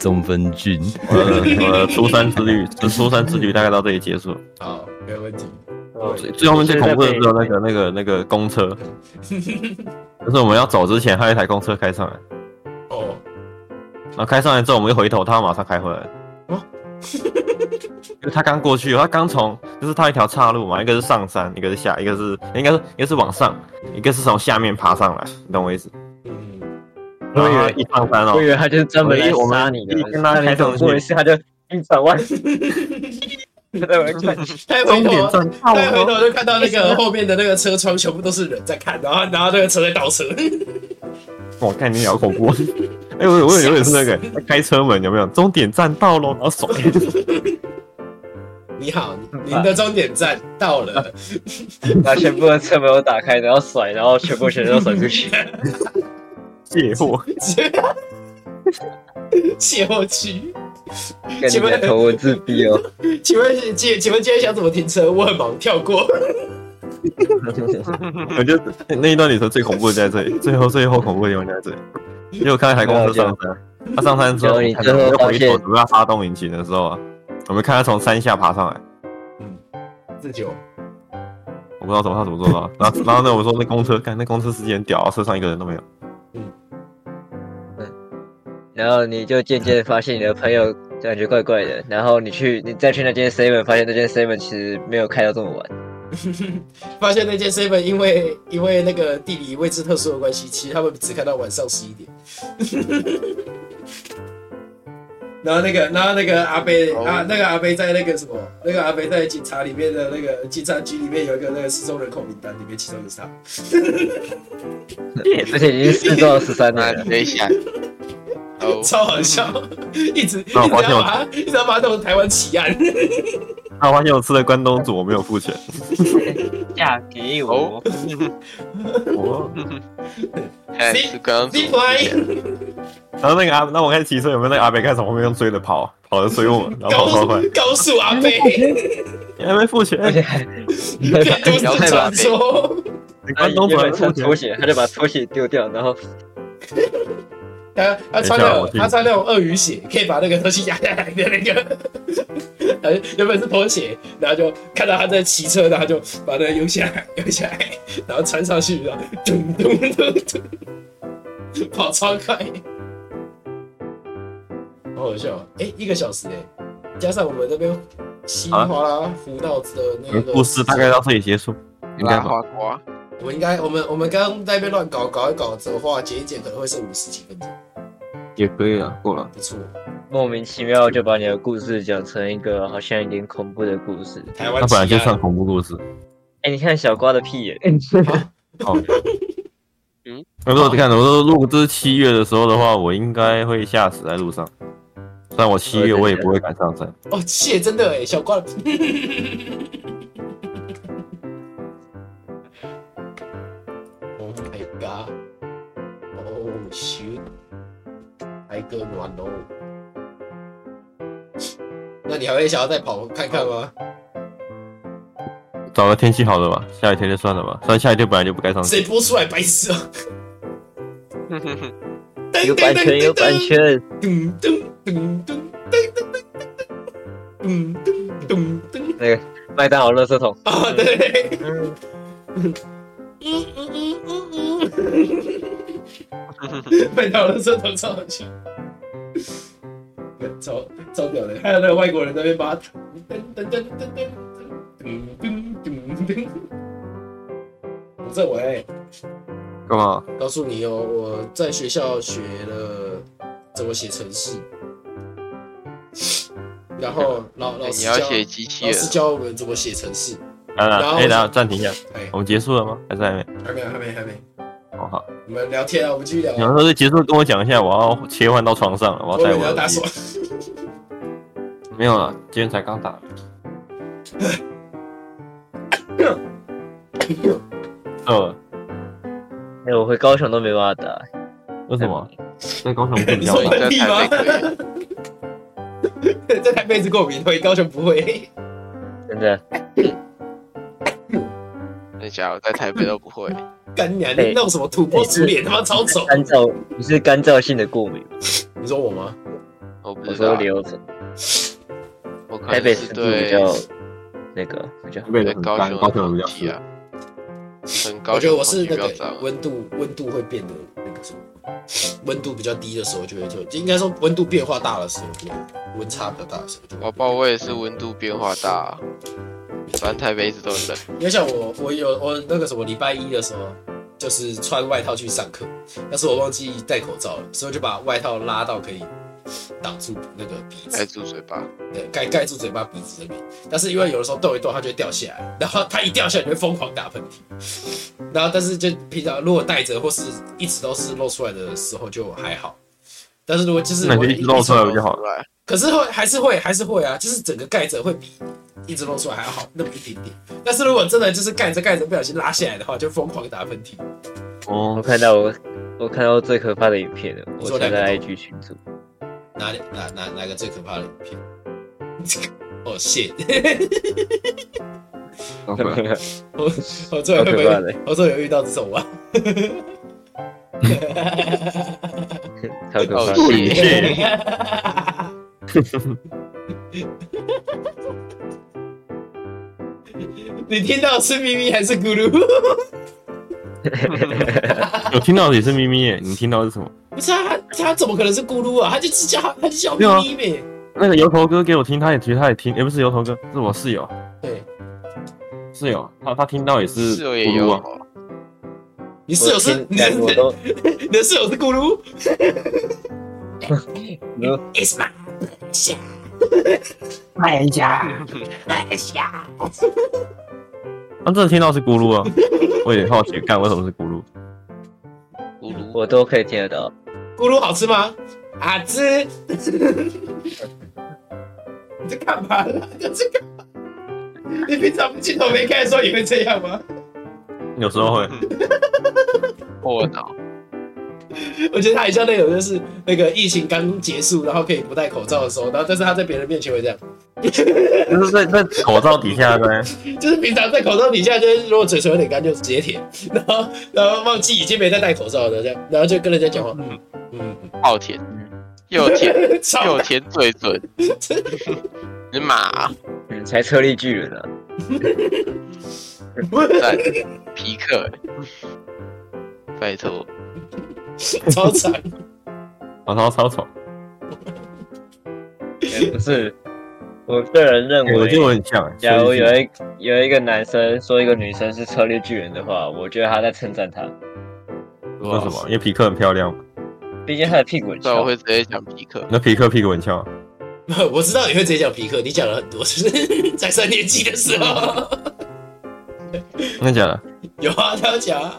中分俊，
我的我的出山之旅，出山之旅大概到这里结束了。
好，没有问题。
最最后面最恐怖的只有那个那个那个公车， 就是我们要走之前，还有一台公车开上来，
哦，
然后开上来之后，我们一回头，他马上开回来。
哦
哦，因为他刚过去，他刚从就是他一条岔路嘛，一个是上山，一个是下，一个是应该是一个是往上，一个是从下面爬上来，你懂我意思？
嗯，
然后
我以为
他一上山
我以
哦，
为他就是专门来
我
杀
们
你
一
的，
跟他
还等过一次他就一转弯，在我看
他一回
终点
头，
站到
他一回
了。
头就看到那个后面的那个车窗全部都是人在看，然后然后那个车在倒车，
我看哦你好恐怖！ 哎、我我以为是那个开车门有没有？终点站到喽，然后手就
你好，您的终点站到了，
把全部的车门都打开，然后甩，然后全部全都甩 出去。
卸货。
卸货区。
跟你的头文字 B 哦，
请问今请问今天想怎么停车？我很忙，跳过。
我觉得那一段旅程最恐怖的就在这里，最后最后恐怖的地方就在这里。因为我看到台公司上山，他上山之
结
后，
果你
他
最后
就
发
回
现
头准备要发动引擎的时候啊，我们看他从山下爬上来，
自救，
我不知道怎么他怎么做到的。然后然后呢，我说那公车，看那公车司机很屌啊，车上一个人都没有。
然后你就渐渐发现你的朋友感觉怪怪的，然后你去你再去那间 seven，发现那间 seven 其实没有开到这么晚。
发现那间 seven 因为因为那个地理位置特殊的关系，其实他们只开到晚上十一点。 然后那个，然后那个阿贝、
哦
啊，那个阿贝在那个什么，那个阿贝在警察里面的那个警察局里面有一个那个失踪人口名单，里面其中就是他。
哦
而且已经失踪了十三
那
年了，
等一下，哦，
超好笑， 一直一直
那
要
我发现我
把它一直要把它弄成台湾奇 案。
他发现我吃的关东煮，我没有付钱。
嫁给
我。
哦
我
哎，
See-
是刚刚怎
Zip
么理解
line，
然后那个阿，那我开始骑车，有没有那个阿北开始从后面用追的跑，跑着追我，然后跑 超
高
快，
高速阿贝，
你还没付
而
钱，
且还
变都市
摇太
传
把妹
说。
你
他
关东煮还
原
付
本穿
钱
拖？鞋，他就把拖鞋丢掉，然后
他他呃穿
等一下
那
我
种
去
他穿那种鳄鱼鞋，可以把那个东西压下来的那个，呃，原本是拖鞋，然呃后就看到他在骑车，然后就把那个悠下来，悠下来，然后穿上去，然后咚咚咚咚，跑超快，好好笑哦！哎、一个小时哎、加上我们那边西
好
哗
了
啦胡闹的那个
故事大概到这里结束，应该
拉
吧？
花瓜，
我应该我们我们刚刚在那边乱搞搞一搞的话，剪一剪可能会剩五十几分钟，
也可
啊
以了，够了。
不错，
莫名其妙就把你的故事讲成一个好像有点恐怖的故事。
台湾
他本来就
奇案
算恐怖故事。
哎、你看小瓜的屁眼、
哦，
嗯
嗯，我说你看，我说如果这是七月的时候的话，我应该会吓死在路上。虽然我七月我也不会敢上山，
哦，谢真的哎，小瓜 的屁！Oh my god! Oh shoot! 挨个暖哦。那你还会想要再跑看看吗？
找个天气好的吧，下雨天就算了吧。虽然下雨天本来就不该上山
谁，播出来白痴啊！噔
有
噔
版
噔
权，
噔
有版
噔噔
权。
噔噔噔噔噔噔噔噔噔
那个麦当劳垃圾桶，
啊！对，
嗯，
嗯嗯嗯嗯嗯， 麦当劳社团超好笑，超超屌的，还有那个外国人在那边把他噔噔噔噔噔噔噔噔噔，我这我哎，
干嘛？
告诉你哦，我在学校学了怎么写程式，然后老老
哎你
师
要
教
写机器
老
人，
师教我们怎么写程式，
当然
然
了，
后
哎，等一下暂停一下，
哎，
我们结束了吗？还是还没？
还没还没还没，
哦好，
我们聊天啊，我们继续聊
你，们说是结束，跟我讲一下，我要切换到床上了，我
我
要带
们
我
聊
的
大
耳
手
机。。没有了，今天才刚打。 呃，
哎、我回高雄都没办法打，
为什么？在高雄不
你
比较
说
难
本
在
地吗
台北可？
在台北只过敏会，高雄不会。
真的。
那家伙在台北都不会，
干娘，你弄什么土拨鼠脸，他妈超丑！
干燥，你是干燥性的过敏吗，
你说我吗？
我不
我
知道
说，流程，
我
啊
可
台北
能
湿
是
度比
对
较那个比较好。
台北
对
很
高
干
雄
高雄比
的
较
空气啊，可能
我
高
觉得
雄
我
空气
是
比
那
较
个
脏，啊
温度，温度会变得那个什么，温度比较低的时候就会就应该说温度变化大的时候就会，温差比较大的时候就会
我报我也是温度变化大、啊，反正台北一直都很冷。
因为像我，我有我那个什么礼拜一的时候，就是穿外套去上课，但是我忘记戴口罩了，所以我就把外套拉到可以挡住那个鼻
盖
子，
住嘴巴，
对，盖盖住嘴巴鼻子那边。但是因为有的时候动一动它就会掉下来，然后它一掉下来就会疯狂打喷嚏。然后但是就平常如果戴着或是一直都是露出来的时候就还好，但是如果就是
那
我
就一直露出来不就好了？
出来。
可是会还是会还是会啊，就是整个盖着会比一直露出来还要好那么一点点。但是如果真的就是盖着盖着不小心拉下来的话，就疯狂打喷嚏。
我
哦，
看到我，我看到最可怕的影片了，
你
我
说
传在
哪个
IG 群组，
哪里哪哪哪个最可怕的影片？ 哦、shit！
好吧
好
我最后会
可
不
怕
会
的，
我最后有遇到这种啊？
超
啊
可
好
怕
哦
的。
气，
你听到是咪咪还是咕噜？
有听到的也是咪咪耶，你听到的是什么？
不是啊，他他怎么可能是咕噜啊？他就是叫他就叫
没有啊
咪咪呗。
那个油头哥给我听，他也听，他也听，也不是油头哥，是我室友，
对，
室友，他他听到也是
室友也
咕噜
有
啊，
哦，
你室友是你的
我都
你的室友是咕噜
嗯
？It's my 下
卖家，
来下，
他真的听到是咕噜啊， 我有点好奇，干为什么是咕噜？
咕噜
我都可以听得到。
咕噜好吃吗？啊 吃。你在干嘛啦？你在干嘛？你平常不镜头没看的时候也会这样吗？
有时候 会，
破脑，
我觉得他很像那种，就是那个疫情刚结束，然后可以不戴口罩的时候，然后但是他在别人面前会这样，
就是在在口罩底下呗，
就是平常在口罩底下，就是如果嘴唇有点干就直接舔，然后然后忘记已经没在戴口罩了，这样，然后就跟人家讲话，嗯嗯，
好甜，又甜
嗯超
又甜最 准，你马
嗯，才车力巨人啊！
在皮克，欸拜托，
超惨，
然后超丑，
哎不是，我个人认
哎我觉得我
为，
很像，
假如
所以
有一有一个男生说一个女生是车力巨人的话，我觉得他在称赞她，
为什么？因为皮克很漂亮，
毕竟她的屁股很
所以啊我
翘。
会直接讲皮克，
那皮克屁股很翘，啊
我知道你会直接讲皮克，你讲了很多，就是在三年级的时候
真的假的？
有啊，他有讲啊，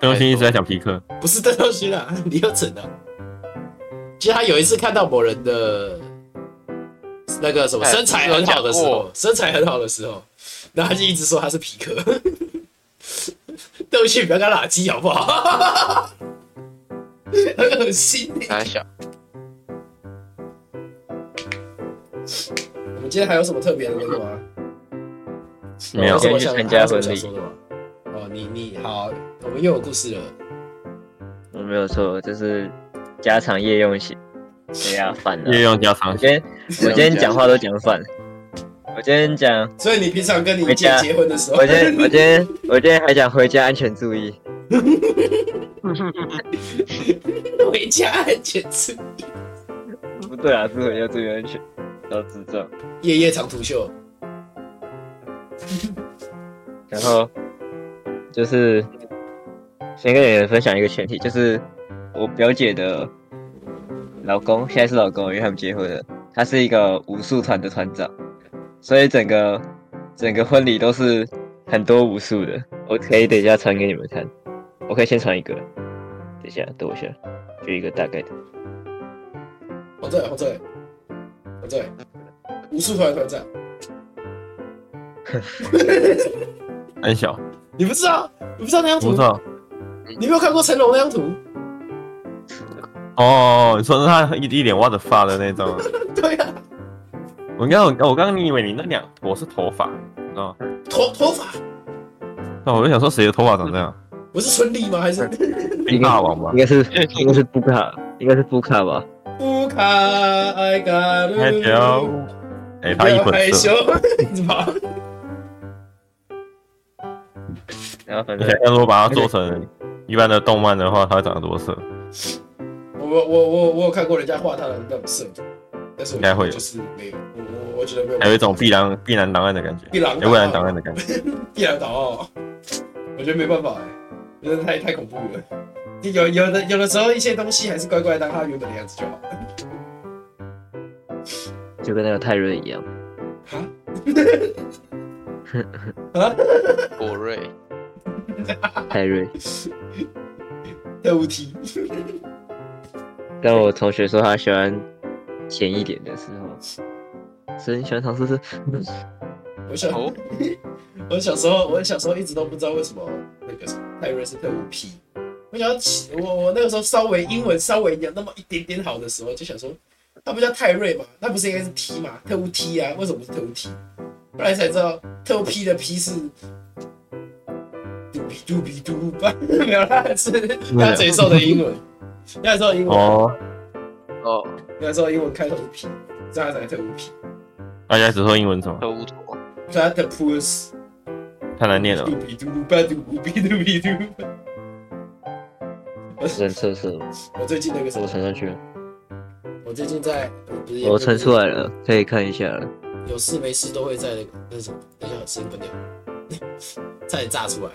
邓东新一直在讲皮克，
不是邓东勋啊，你又整了。其实他有一次看到某人的那个什么
哎
身材很好的时
我有讲
候
过，
身材很好的时候，然后他就一直说他是皮克。 对不起，不要跟他拉鸡好不好？ 很恶心欸、
哪小
我们今天还有什么特别的那个吗？
没有
还有
先去
什么想
参加
还有什么
婚礼
想说的吗哦，你你好，我们又有故事了。
我没有错，这是家常夜用型。哎呀，反了！
夜用啊加
我
长
今天我今天讲话都讲反了。我今天讲，
所以你平常跟你
回
姐
家
结婚的时候
我，今天我今天我今天还讲回家安全注意。
回家安全吃
不对啊，是回家注意安全，要智障。
夜夜长途秀，
然后就是先跟你们分享一个前提，就是我表姐的老公，现在是老公，因为他们结婚了。他是一个武术团的团长，所以整个整个婚礼都是很多武术的。我可以等一下传给你们看，我可以先传一个，等一下，等我一下，就一个大概的。
黄队黄队黄队，武术团团长，
很小，
你不知道你不知道那张
我
图
不知，道。
你没有看过成龙那张图？
哦，你说是他一一脸挖着发的那张啊，
对啊，
我刚刚我刚刚你以为你那两坨是头发，你知道吗？
头头发
那我就想说谁的头发长 这样？
不是春丽吗？还是
冰霸王吧
应？该是应该是布卡，应该是布卡吧？
不卡爱卡
还条
鲁？，
哎，他
不
一
要害
本
羞
色，，
你怎么？
然后反
你
正
想象如果把它做成一般的动漫的话，它会长得多色？
我我我我有看过人家画他的那种设计，但是我
应该会有
就是没有，我我我觉得没有，
还有一种必然必然档案的感觉，
必然档案
有未来档案的感觉。
必然岛哦，我觉得没办法哎、真的太太恐怖了。有有的有的时候一些东西还是乖乖当它原本的样子就好。
就跟那个泰瑞一样，
博瑞，
泰瑞。
特务 T，
但我同学说他喜欢浅一点的时候，所以你喜欢唐诗诗。
呃我小、
哦
我小时候我小时候一直都不知道为什么那个什么泰瑞是特务 P。我想要起我我那个时候稍微英文稍微有那么一点点好的时候，就想说他不叫泰瑞嘛，那不是应该是 T 嘛，特务 T 啊，为什么是特务 T？后来才知道特务 P 的 P 是。嘟比嘟比嘟吧， 没有啦，是鸭嘴兽的英文，鸭嘴兽的英文，
哦，
哦，
那时候英文开头是 P，这样才特务 P，
大啊家只说英文什么？
特务头，
所以他的 Puss
太难念了
嘟。比嘟吧嘟比嘟比嘟。
人测试，
我最近那个什
我
么，
传上去了，
我最近在，我不是也
我传出来了，可以看一下了。
有事没事都会在那个那什么，等一下声音关掉，差点炸出来，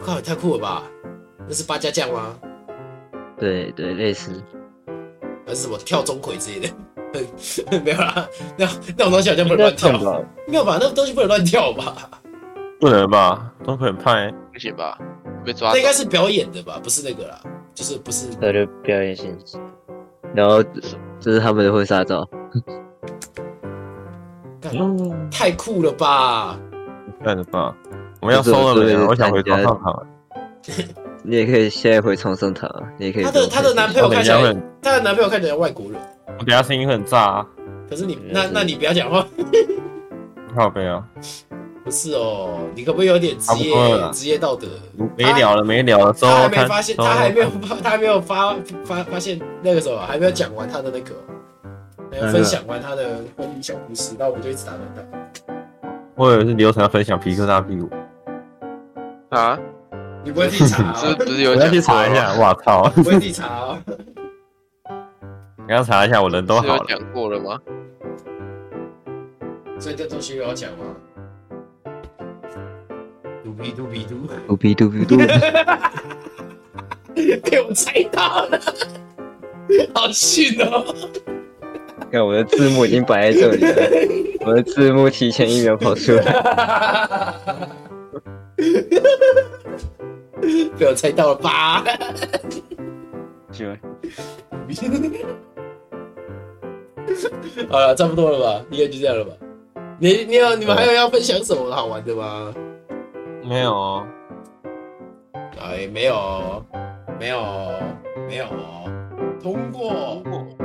靠，也太酷了吧！那是八家将吗？
对对，类似。
还是什么跳钟馗之类的？ 没有啦，那那种东西好像不能乱跳，
吧？
没有吧？那东西不能乱跳吧？
不能吧？都很怕欸。
不行吧？被抓
那
走
应，该是表演的吧？不是那个啦，就是不是
那就表演性质，然后这是他们的婚纱照，
太酷了吧？
不然的吧？我们要收了没
这
啊？
个
我想回床上躺了。
你也可以现在回床上躺啊，你也可以
她
跟我
的
看一
她的
下。
男朋友
哦
我等
看
一
起
下
来
会，，
她的男朋友看起来外国人，
我等一下声音会很炸啊！
可是你
嗯
那
是
那你不要讲话，
靠背啊！
不是哦，你可不可以有点职
差不多了
业
啦
职业道德？
没聊了，没聊了。之
他
后
还没发现，他还没有
之后
发，他还没有发发发现那个什么，还没有讲完他的那个，还没有分享完他的婚礼小故事，那我们就一直打断他。
我以为是流程要分享皮克大屁股，
啊，
你不会自己查
是
哦
不，是不是有
我
人
要去查一下。哇 操！
你不会自己查哦，
刚刚查一下，我人都
是
好
有
了。
讲过了吗？
所以这东西有要讲吗？嘟比嘟比嘟，
嘟比嘟比嘟，
被我猜到了，好逊哦！
看我的字幕已经摆在这里了，我的字幕提前一秒跑出 来，
被我猜到了吧？
就
好了，差不多了吧？应该就这样了吧？你、你有、你们还有要分享什么好玩的吗？
没有哦，
哎，没有，没有，没有，通过。
哦
啊